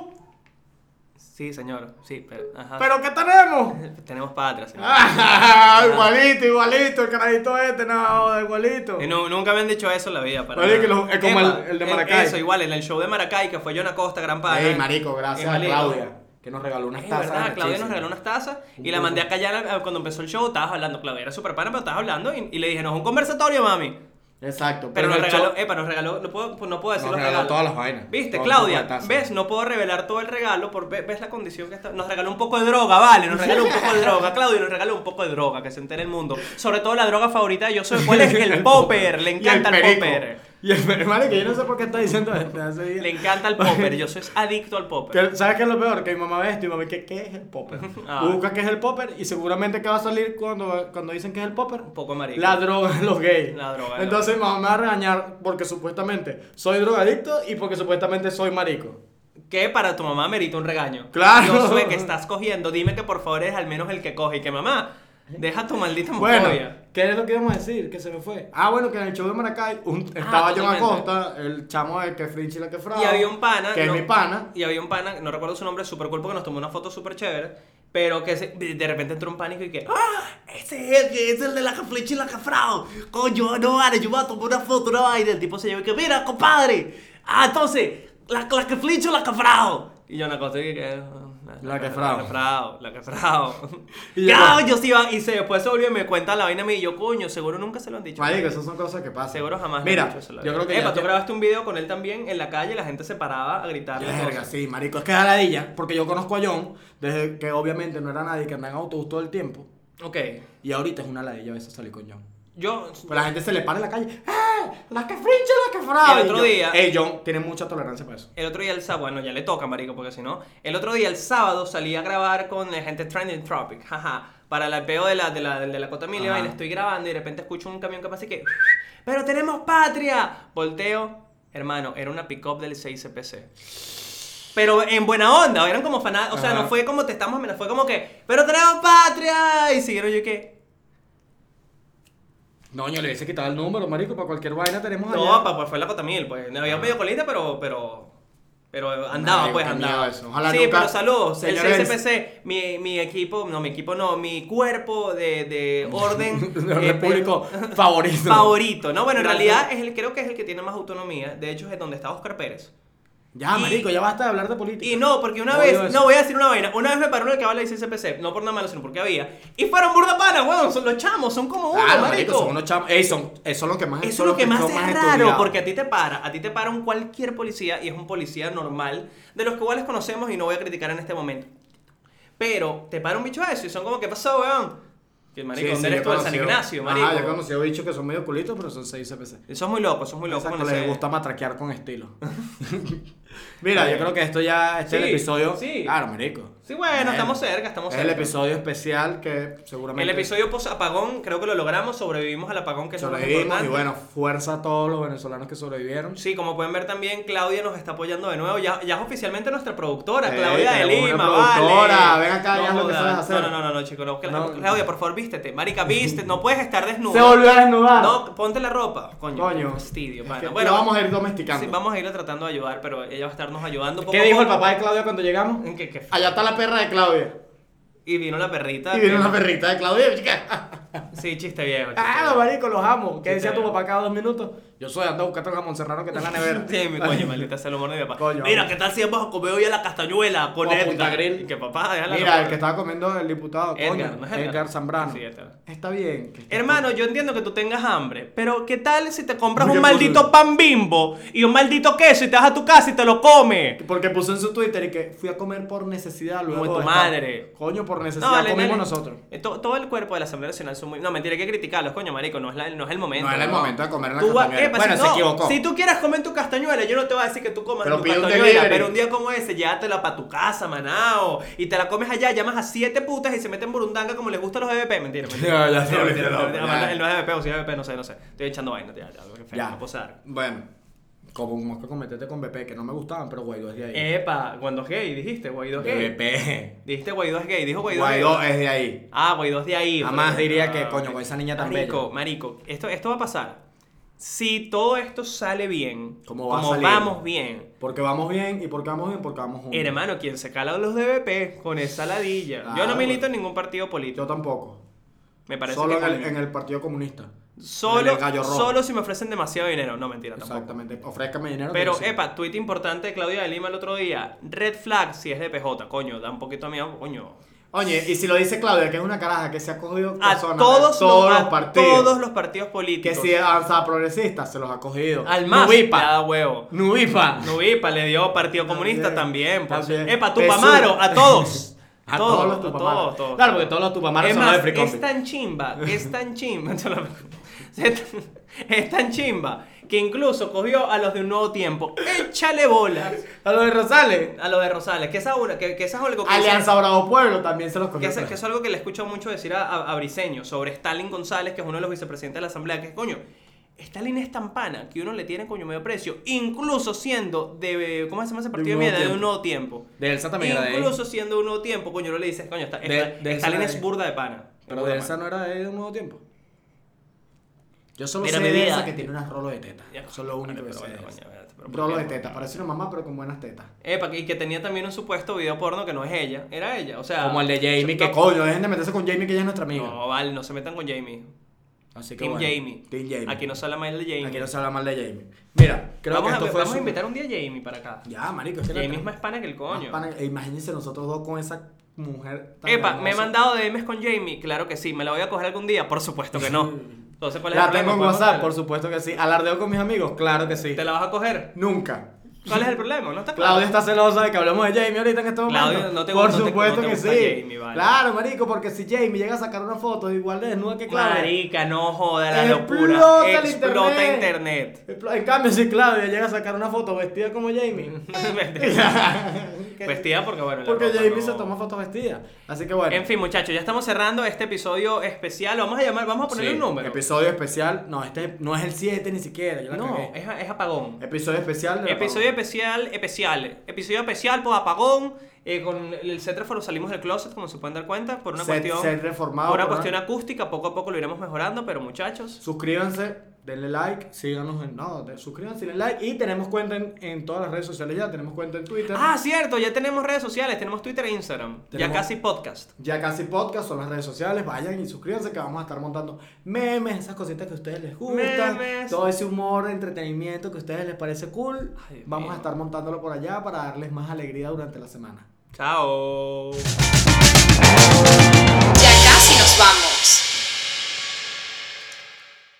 [SPEAKER 3] Sí, señor. Sí, pero. Ajá.
[SPEAKER 4] ¿Pero qué tenemos?
[SPEAKER 3] <laughs> Tenemos patria, señor.
[SPEAKER 4] Ah, igualito, igualito, el carajito este, no, igualito.
[SPEAKER 3] Eh, no, nunca me han dicho eso en la vida. Para
[SPEAKER 4] Oye,
[SPEAKER 3] nada.
[SPEAKER 4] que lo- es como
[SPEAKER 3] Epa,
[SPEAKER 4] el- el de
[SPEAKER 3] eh,
[SPEAKER 4] Maracay.
[SPEAKER 3] Eso, igual, en el show de Maracay, que fue Jonah Costa, gran padre.
[SPEAKER 4] Ey, marico, gracias a Claudia, que nos regaló unas
[SPEAKER 3] Es
[SPEAKER 4] tazas.
[SPEAKER 3] verdad, Claudia nos
[SPEAKER 4] arrechísimas.
[SPEAKER 3] regaló unas tazas
[SPEAKER 4] Un
[SPEAKER 3] y la mandé a
[SPEAKER 4] poco.
[SPEAKER 3] callar a- cuando empezó el show. Estabas hablando, Claudia era súper pana, pero estabas hablando y, y le dije, no, es un conversatorio, mami.
[SPEAKER 4] Exacto,
[SPEAKER 3] Pero
[SPEAKER 4] en
[SPEAKER 3] nos
[SPEAKER 4] el
[SPEAKER 3] regaló,
[SPEAKER 4] show
[SPEAKER 3] epa, nos regaló, no puedo, pues no puedo decir
[SPEAKER 4] nos
[SPEAKER 3] los
[SPEAKER 4] regaló
[SPEAKER 3] regalos.
[SPEAKER 4] todas las vainas.
[SPEAKER 3] Viste,
[SPEAKER 4] Todo un poco de
[SPEAKER 3] Claudia,
[SPEAKER 4] tazas.
[SPEAKER 3] ves, no puedo revelar todo el regalo, por, ve- ves la condición que está. Nos regaló un poco de droga, vale, nos regaló un poco de
[SPEAKER 4] <laughs>
[SPEAKER 3] droga, Claudia, nos regaló un poco de droga, que se entere el mundo. Sobre todo la droga favorita de yo soy,
[SPEAKER 4] <laughs>
[SPEAKER 3] ¿cuál es? El popper, le
[SPEAKER 4] Y el
[SPEAKER 3] encanta el,
[SPEAKER 4] perico.
[SPEAKER 3] popper.
[SPEAKER 4] Y el per- marico, yo no sé por qué está diciendo esto. hace días.
[SPEAKER 3] Le encanta el popper,
[SPEAKER 4] <laughs>
[SPEAKER 3] yo soy adicto al popper.
[SPEAKER 4] Que- ¿Sabes qué es lo peor? Que mi mamá ve esto y mi mamá, ¿qué, qué es el popper?
[SPEAKER 3] <laughs> Ah.
[SPEAKER 4] Busca qué es el popper y seguramente que va a salir cuando, cuando dicen que es el popper.
[SPEAKER 3] Un poco marico.
[SPEAKER 4] La droga <laughs> de los gays.
[SPEAKER 3] La droga de
[SPEAKER 4] Entonces mi mamá me va a regañar porque supuestamente soy drogadicto y porque supuestamente soy marico.
[SPEAKER 3] Que para tu mamá merita un regaño.
[SPEAKER 4] Claro.
[SPEAKER 3] Yo sé que estás cogiendo, dime que por favor eres al menos el que coge y que mamá, deja tu <laughs> maldita
[SPEAKER 4] Bueno,
[SPEAKER 3] homofobia.
[SPEAKER 4] ¿qué es lo que íbamos a decir? Que se me fue. Ah, bueno, que en el show de Maracay un- estaba John
[SPEAKER 3] Ah, totalmente.
[SPEAKER 4] Acosta, el chamo de que Frinchi la que fraude.
[SPEAKER 3] Y había un pana.
[SPEAKER 4] Que
[SPEAKER 3] no-
[SPEAKER 4] es mi pana.
[SPEAKER 3] Y había un pana, no recuerdo su nombre, super cuerpo, que nos tomó una foto súper chévere. Pero que se- de repente entró un pánico y que. ¡Ah! Ese es, el que- es el de la flecha y la cafrao. Coño, no vale, yo voy a tomar una foto, no vaina. El tipo se llevó y que, mira, compadre. Ah, entonces, la, la que flecha y la cafrao. Y yo una cosa y que. "Ah,
[SPEAKER 4] La cafrao.
[SPEAKER 3] La cafrao, la cafrao.
[SPEAKER 4] <laughs> Y yo-
[SPEAKER 3] ya, yo sí iba. Y se, después se volvió y me cuenta la vaina a mí. Y yo, coño, seguro nunca se lo han dicho.
[SPEAKER 4] Marico, esas son cosas que pasan.
[SPEAKER 3] Seguro jamás. le
[SPEAKER 4] Mira,
[SPEAKER 3] han dicho eso a la
[SPEAKER 4] yo
[SPEAKER 3] vida.
[SPEAKER 4] creo que.
[SPEAKER 3] Epa,
[SPEAKER 4] ya-
[SPEAKER 3] tú grabaste un video con él también en la calle, la gente se paraba a gritarle.
[SPEAKER 4] Verga,
[SPEAKER 3] cosas.
[SPEAKER 4] sí, marico, es que da ladilla, porque yo conozco a John, desde que obviamente no era nadie que andaba en autobús todo el tiempo,
[SPEAKER 3] Ok.
[SPEAKER 4] y ahorita es una ladilla a veces salir con John.
[SPEAKER 3] Yo.
[SPEAKER 4] Pues la gente se le para en la calle. ¡Eh! ¡Las que frinchen, las que fraban!
[SPEAKER 3] El otro día-
[SPEAKER 4] Ey, John tiene mucha tolerancia para eso.
[SPEAKER 3] El otro día el sábado, bueno, ya le toca, marico, porque si no. El otro día el sábado salí a grabar con la gente de Trending Tropic, jaja. Para el peo de la, de la, de la Cota Emilia,
[SPEAKER 4] Ajá.
[SPEAKER 3] y le estoy grabando y de repente escucho un camión que pasa y que. ¡Pero tenemos patria! Volteo, hermano, era una pick-up del 6CPC. Pero en buena onda, eran como fanáticos. O sea,
[SPEAKER 4] Ajá.
[SPEAKER 3] no fue como te estamos amenazando, fue como que. ¡Pero tenemos patria! Y siguieron yo y que.
[SPEAKER 4] No, yo le hubiese quitado el número, marico, para cualquier vaina tenemos
[SPEAKER 3] No,
[SPEAKER 4] allá.
[SPEAKER 3] papá, pues fue la Cota Mil, pues. No había
[SPEAKER 4] Ah.
[SPEAKER 3] medio colita, pero. pero... Pero andaba,
[SPEAKER 4] Marico,
[SPEAKER 3] pues
[SPEAKER 4] qué
[SPEAKER 3] andaba.
[SPEAKER 4] miedo eso. Ojalá
[SPEAKER 3] sí,
[SPEAKER 4] nunca-
[SPEAKER 3] pero saludos. El
[SPEAKER 4] Señores-
[SPEAKER 3] CSPC, mi, mi equipo, no, mi equipo no, mi cuerpo de, de
[SPEAKER 4] <laughs>
[SPEAKER 3] orden
[SPEAKER 4] El
[SPEAKER 3] eh,
[SPEAKER 4] público favorito.
[SPEAKER 3] <laughs> favorito. No, bueno, en
[SPEAKER 4] Gracias.
[SPEAKER 3] realidad es el, creo que es el que tiene más autonomía. De hecho, es donde está Oscar Pérez.
[SPEAKER 4] Ya,
[SPEAKER 3] Y-
[SPEAKER 4] marico, ya basta de hablar de política.
[SPEAKER 3] Y no, porque una
[SPEAKER 4] No digo
[SPEAKER 3] vez,
[SPEAKER 4] eso.
[SPEAKER 3] no voy a decir una vaina, una vez me paró el que habla de CSPC, no por nada malo, sino porque había. Y fueron burda pana, weón, son los chamos, son como uno,
[SPEAKER 4] Claro,
[SPEAKER 3] marico.
[SPEAKER 4] Ah, marico, son unos chamos. Ey, son, eso es lo Ah, que más
[SPEAKER 3] Eso
[SPEAKER 4] son
[SPEAKER 3] es lo
[SPEAKER 4] los
[SPEAKER 3] que más
[SPEAKER 4] son
[SPEAKER 3] es raro,
[SPEAKER 4] estudiados.
[SPEAKER 3] porque a ti te para, a ti te para un cualquier policía y es un policía normal, de los cuales conocemos y no voy a criticar en este momento. Pero te para un bicho de eso y son como, ¿qué pasó, weón? Que el marico,
[SPEAKER 4] Sí,
[SPEAKER 3] ¿dónde
[SPEAKER 4] sí,
[SPEAKER 3] eres tú?
[SPEAKER 4] yo
[SPEAKER 3] El San
[SPEAKER 4] conocí-
[SPEAKER 3] Ignacio,
[SPEAKER 4] Ajá,
[SPEAKER 3] marico.
[SPEAKER 4] yo conocí a bichos que son medio culitos, pero son 6 CPC.
[SPEAKER 3] Eso es muy loco, eso es muy loco.
[SPEAKER 4] Exacto,
[SPEAKER 3] conocer-
[SPEAKER 4] les gusta matraquear
[SPEAKER 3] <laughs>
[SPEAKER 4] con estilo. Mira, yo creo que esto ya, este es
[SPEAKER 3] Sí,
[SPEAKER 4] el episodio.
[SPEAKER 3] sí.
[SPEAKER 4] Claro, marico.
[SPEAKER 3] Sí, bueno, estamos cerca, estamos
[SPEAKER 4] es
[SPEAKER 3] cerca.
[SPEAKER 4] el episodio especial que seguramente.
[SPEAKER 3] El episodio post apagón, creo que lo logramos, sobrevivimos al apagón que es lo más
[SPEAKER 4] sobrevivimos. Y
[SPEAKER 3] importante.
[SPEAKER 4] bueno, fuerza a todos los venezolanos que sobrevivieron.
[SPEAKER 3] Sí, como pueden ver también, Claudia nos está apoyando de nuevo. Ya, ya es oficialmente nuestra productora,
[SPEAKER 4] Sí,
[SPEAKER 3] Claudia de
[SPEAKER 4] tenemos una
[SPEAKER 3] Lima,
[SPEAKER 4] productora.
[SPEAKER 3] vale.
[SPEAKER 4] Ven acá,
[SPEAKER 3] no,
[SPEAKER 4] ya es lo que
[SPEAKER 3] joda.
[SPEAKER 4] sabes hacer.
[SPEAKER 3] No, no, no, no, chico. no. Cla-
[SPEAKER 4] No.
[SPEAKER 3] Claudia, por favor, vístete. Marica, vístete. No puedes estar desnudo.
[SPEAKER 4] Se volvió a desnudar.
[SPEAKER 3] No, ponte la ropa. Coño.
[SPEAKER 4] Coño.
[SPEAKER 3] Fastidio,
[SPEAKER 4] Es
[SPEAKER 3] mano.
[SPEAKER 4] que
[SPEAKER 3] Bueno,
[SPEAKER 4] lo vamos a ir domesticando.
[SPEAKER 3] sí, vamos a irla tratando de ayudar, pero ella va a estarnos ayudando. poco
[SPEAKER 4] ¿Qué
[SPEAKER 3] a
[SPEAKER 4] dijo el
[SPEAKER 3] poco.
[SPEAKER 4] papá de Claudia cuando
[SPEAKER 3] <laughs>
[SPEAKER 4] llegamos?
[SPEAKER 3] ¿En qué- qué f-
[SPEAKER 4] Allá está la perra de Claudia.
[SPEAKER 3] Y vino la perrita.
[SPEAKER 4] Y
[SPEAKER 3] que-
[SPEAKER 4] viene una perrita de Claudia. chica.
[SPEAKER 3] Sí, chiste viejo. chiste
[SPEAKER 4] <laughs> Ah,
[SPEAKER 3] viejo.
[SPEAKER 4] marico, los amo. ¿Qué
[SPEAKER 3] Sí,
[SPEAKER 4] decía
[SPEAKER 3] claro.
[SPEAKER 4] tu papá cada dos minutos? Yo soy, anda a buscar el jamón serrano que está en la <laughs> nevera.
[SPEAKER 3] Sí, mi coño, maldita, se lo morde mi papá.
[SPEAKER 4] Coño,
[SPEAKER 3] Mira,
[SPEAKER 4] vamos.
[SPEAKER 3] ¿qué tal si vamos a comer hoy a la castañuela con
[SPEAKER 4] O a
[SPEAKER 3] Edgar?
[SPEAKER 4] Punta Grill.
[SPEAKER 3] Y que papá, déjala
[SPEAKER 4] Mira, el
[SPEAKER 3] joder.
[SPEAKER 4] que estaba comiendo el diputado, coño,
[SPEAKER 3] Edgar, ¿no es Edgar?
[SPEAKER 4] Edgar Zambrano.
[SPEAKER 3] Sí, Edgar.
[SPEAKER 4] Está bien. que esté-
[SPEAKER 3] Hermano, yo entiendo que tú tengas hambre, pero ¿qué tal si te compras
[SPEAKER 4] Oye,
[SPEAKER 3] un maldito
[SPEAKER 4] por-
[SPEAKER 3] pan bimbo y un maldito queso y te vas a tu casa y te lo comes?
[SPEAKER 4] Porque puso en su Twitter y que fui a comer por necesidad luego.
[SPEAKER 3] Como tu
[SPEAKER 4] de
[SPEAKER 3] madre.
[SPEAKER 4] Coño, por necesidad
[SPEAKER 3] No, vale, dale.
[SPEAKER 4] comimos nosotros.
[SPEAKER 3] Eh, to- todo el cuerpo de la Asamblea Nacional son muy... No, mentira, hay que criticarlos, coño, marico, no es, la- no es el momento.
[SPEAKER 4] No era el
[SPEAKER 3] weón.
[SPEAKER 4] momento de comer en la
[SPEAKER 3] Tú vas-
[SPEAKER 4] castañuela.
[SPEAKER 3] epa,
[SPEAKER 4] Bueno,
[SPEAKER 3] si,
[SPEAKER 4] se
[SPEAKER 3] no,
[SPEAKER 4] equivocó.
[SPEAKER 3] Si tú quieres comer tu castañuela, yo no te voy a decir que tú comas
[SPEAKER 4] Pero
[SPEAKER 3] tu
[SPEAKER 4] pide un
[SPEAKER 3] castañuela,
[SPEAKER 4] delivery.
[SPEAKER 3] pero un día como ese, llévatela para tu casa, manao, y te la comes allá, llamas a siete putas y se meten burundanga como les gusta a los EVP, mentira, mentira.
[SPEAKER 4] <laughs> Ya, ya,
[SPEAKER 3] Mentira,
[SPEAKER 4] ya,
[SPEAKER 3] mentira,
[SPEAKER 4] ya,
[SPEAKER 3] mentira.
[SPEAKER 4] ya.
[SPEAKER 3] Ah, Él no es EVP o sí es EVP, no sé, no sé. Estoy echando vaina, ya, ya, qué feo,
[SPEAKER 4] Ya.
[SPEAKER 3] no puedo saber.
[SPEAKER 4] Bueno, como un mosca con metete con BP, que no me gustaban, pero Guaidó es de ahí.
[SPEAKER 3] Epa, Guaidó es gay, dijiste, Guaidó es
[SPEAKER 4] De
[SPEAKER 3] gay.
[SPEAKER 4] BP.
[SPEAKER 3] Dijiste Guaidó es gay, dijo Guaidó. es gay.
[SPEAKER 4] Guaidó es de ahí.
[SPEAKER 3] Ah, Guaidó es de ahí.
[SPEAKER 4] Jamás
[SPEAKER 3] pero-
[SPEAKER 4] diría
[SPEAKER 3] ah,
[SPEAKER 4] que, coño,
[SPEAKER 3] ok.
[SPEAKER 4] con esa niña tan
[SPEAKER 3] Marico,
[SPEAKER 4] bella.
[SPEAKER 3] marico, esto, esto va a pasar. Si todo esto sale bien,
[SPEAKER 4] ¿Cómo va a
[SPEAKER 3] como
[SPEAKER 4] salir?
[SPEAKER 3] vamos bien,
[SPEAKER 4] Porque vamos bien, y porque vamos bien, porque vamos juntos.
[SPEAKER 3] hermano, quien se cala los DBP con esa ladilla. Yo no
[SPEAKER 4] Claro.
[SPEAKER 3] milito en ningún partido político.
[SPEAKER 4] Yo tampoco.
[SPEAKER 3] Me parece
[SPEAKER 4] Solo
[SPEAKER 3] que
[SPEAKER 4] en el,
[SPEAKER 3] con-
[SPEAKER 4] en el Partido Comunista. en
[SPEAKER 3] solo,
[SPEAKER 4] el gallo rojo.
[SPEAKER 3] solo si me ofrecen demasiado dinero. No, mentira, tampoco.
[SPEAKER 4] Exactamente. Ofrézcame dinero.
[SPEAKER 3] Pero,
[SPEAKER 4] que yo sí.
[SPEAKER 3] epa, tuit importante de Claudia de Lima el otro día. Red flag si es de PJ, coño, da un poquito a miedo, coño.
[SPEAKER 4] Oye, y si lo dice Claudia, que es una caraja que se ha cogido
[SPEAKER 3] A
[SPEAKER 4] personas de
[SPEAKER 3] todos,
[SPEAKER 4] todos
[SPEAKER 3] los,
[SPEAKER 4] los
[SPEAKER 3] a
[SPEAKER 4] partidos.
[SPEAKER 3] todos los partidos
[SPEAKER 4] Que
[SPEAKER 3] políticos.
[SPEAKER 4] si avanzada progresista se los ha cogido.
[SPEAKER 3] Al más, le da
[SPEAKER 4] Nubipa.
[SPEAKER 3] huevo.
[SPEAKER 4] Nubipa.
[SPEAKER 3] Nubipa le dio Partido Comunista también. por
[SPEAKER 4] También.
[SPEAKER 3] su- Epa,
[SPEAKER 4] Pesú.
[SPEAKER 3] Tupamaro, a todos.
[SPEAKER 4] <laughs> A todos, los tupamaros.
[SPEAKER 3] Todos, todos.
[SPEAKER 4] Claro, porque todos los tupamaros
[SPEAKER 3] es
[SPEAKER 4] son los de
[SPEAKER 3] más,
[SPEAKER 4] Free Coffee.
[SPEAKER 3] es tan
[SPEAKER 4] <laughs>
[SPEAKER 3] chimba, es tan chimba, <laughs> solo- es tan- es tan chimba que incluso cogió a los de un nuevo tiempo. Échale bola
[SPEAKER 4] A los de Rosales.
[SPEAKER 3] a los de Rosales, que esa una, que, que esa es algo que
[SPEAKER 4] Alianza Bravo Pueblo también se los
[SPEAKER 3] que
[SPEAKER 4] cogió.
[SPEAKER 3] es, que es algo que le escucho mucho decir a, a- a Briceño sobre Stalin González, que es uno de los vicepresidentes de la Asamblea, que coño, Stalin es tan pana que uno le tiene coño medio precio, incluso siendo de, ¿cómo se llama ese partido de
[SPEAKER 4] un
[SPEAKER 3] mierda?
[SPEAKER 4] nuevo
[SPEAKER 3] De un
[SPEAKER 4] tiempo.
[SPEAKER 3] nuevo tiempo.
[SPEAKER 4] De Elsa
[SPEAKER 3] Incluso siendo de un nuevo tiempo, coño, uno le dices, coño, esta-
[SPEAKER 4] De-
[SPEAKER 3] esta-
[SPEAKER 4] de esa
[SPEAKER 3] Stalin
[SPEAKER 4] era
[SPEAKER 3] es
[SPEAKER 4] de-
[SPEAKER 3] burda de pana.
[SPEAKER 4] Pero de Elsa no era de un nuevo tiempo. Yo solo
[SPEAKER 3] Mira,
[SPEAKER 4] sé
[SPEAKER 3] mi
[SPEAKER 4] de
[SPEAKER 3] vida.
[SPEAKER 4] Elsa que tiene unas rolos de teta.
[SPEAKER 3] Ya,
[SPEAKER 4] Eso es lo único que
[SPEAKER 3] pero
[SPEAKER 4] sé de
[SPEAKER 3] bueno,
[SPEAKER 4] Elsa.
[SPEAKER 3] coño, pero ¿por
[SPEAKER 4] Rolos
[SPEAKER 3] qué?
[SPEAKER 4] de teta. Parece una mamá, pero con buenas tetas.
[SPEAKER 3] Epa, y que tenía también un supuesto video porno que no es ella, era ella, o sea...
[SPEAKER 4] Como el de Jamie, que
[SPEAKER 3] no-
[SPEAKER 4] coño, dejen de meterse con Jamie, que ella es nuestra amiga.
[SPEAKER 3] No, vale, no se metan con Jamie.
[SPEAKER 4] Así que
[SPEAKER 3] Team
[SPEAKER 4] bueno,
[SPEAKER 3] Jamie.
[SPEAKER 4] Team Jamie.
[SPEAKER 3] Aquí no se habla mal de Jamie.
[SPEAKER 4] Aquí no se habla mal de Jamie. Mira, creo
[SPEAKER 3] vamos
[SPEAKER 4] que
[SPEAKER 3] a,
[SPEAKER 4] esto fue
[SPEAKER 3] vamos a
[SPEAKER 4] su-
[SPEAKER 3] invitar un día a Jamie para acá.
[SPEAKER 4] Ya, marico, es que la-
[SPEAKER 3] Jamie es más pana que el
[SPEAKER 4] más
[SPEAKER 3] coño.
[SPEAKER 4] pana- e imagínense nosotros dos con esa mujer tan
[SPEAKER 3] Epa, me he
[SPEAKER 4] hermosa.
[SPEAKER 3] mandado DMs con Jamie. Claro que sí. ¿Me la voy a coger algún día? Por supuesto que
[SPEAKER 4] <laughs>
[SPEAKER 3] no. Entonces, ¿cuál es el
[SPEAKER 4] La
[SPEAKER 3] problema?
[SPEAKER 4] tengo en
[SPEAKER 3] ¿Podemos
[SPEAKER 4] WhatsApp,
[SPEAKER 3] hacerlo?
[SPEAKER 4] por supuesto que sí. Alardeo con mis amigos, claro que sí.
[SPEAKER 3] ¿Te la vas a coger?
[SPEAKER 4] Nunca.
[SPEAKER 3] ¿Cuál es el problema?
[SPEAKER 4] <laughs>
[SPEAKER 3] No está claro.
[SPEAKER 4] Claudia está celosa de que hablamos de Jamie ahorita en este momento.
[SPEAKER 3] Claudia, no te-
[SPEAKER 4] Por
[SPEAKER 3] no te-
[SPEAKER 4] supuesto
[SPEAKER 3] no te
[SPEAKER 4] que sí.
[SPEAKER 3] gusta Jamie, vale.
[SPEAKER 4] Claro, marico, porque si Jamie llega a sacar una foto igual de desnuda que Claudia.
[SPEAKER 3] Marica, no joda la
[SPEAKER 4] Explota
[SPEAKER 3] locura.
[SPEAKER 4] el
[SPEAKER 3] Explota
[SPEAKER 4] internet.
[SPEAKER 3] internet.
[SPEAKER 4] En cambio, si Claudia llega a sacar una foto vestida como <laughs> Jamie.
[SPEAKER 3] Mm. <laughs> Vestida porque, bueno, la
[SPEAKER 4] Porque
[SPEAKER 3] ropa
[SPEAKER 4] Jamie
[SPEAKER 3] no-
[SPEAKER 4] se toma fotos vestidas. Así que bueno.
[SPEAKER 3] En fin, muchachos, ya estamos cerrando este episodio especial. Lo Vamos a llamar, vamos a ponerle
[SPEAKER 4] Sí,
[SPEAKER 3] un número.
[SPEAKER 4] Episodio especial. No, este no es el 7 ni siquiera. Yo la
[SPEAKER 3] No,
[SPEAKER 4] cagué.
[SPEAKER 3] es, a- es apagón.
[SPEAKER 4] Episodio especial. de la
[SPEAKER 3] Episodio
[SPEAKER 4] Paula.
[SPEAKER 3] especial, especial. Episodio especial por apagón. eh, con el setróforo salimos del closet, como se pueden dar cuenta, por una
[SPEAKER 4] Set-
[SPEAKER 3] cuestión.
[SPEAKER 4] set reformado,
[SPEAKER 3] por una
[SPEAKER 4] ¿verdad?
[SPEAKER 3] cuestión acústica, poco a poco lo iremos mejorando, pero muchachos.
[SPEAKER 4] Suscríbanse, denle like, síganos en. No, de- suscríbanse, denle like. Y tenemos cuenta en, en todas las redes sociales ya. Tenemos cuenta en Twitter.
[SPEAKER 3] Ah, cierto, ya tenemos redes sociales, tenemos Twitter e Instagram.
[SPEAKER 4] Tenemos-
[SPEAKER 3] Ya casi podcast.
[SPEAKER 4] Ya casi podcast son las redes sociales. Vayan y suscríbanse que vamos a estar montando memes, esas cositas que a ustedes les gustan.
[SPEAKER 3] Memes.
[SPEAKER 4] Todo ese humor, entretenimiento que a ustedes les parece cool.
[SPEAKER 3] Ay, Dios
[SPEAKER 4] vamos
[SPEAKER 3] mío.
[SPEAKER 4] a estar montándolo por allá para darles más alegría durante la semana.
[SPEAKER 3] Chao.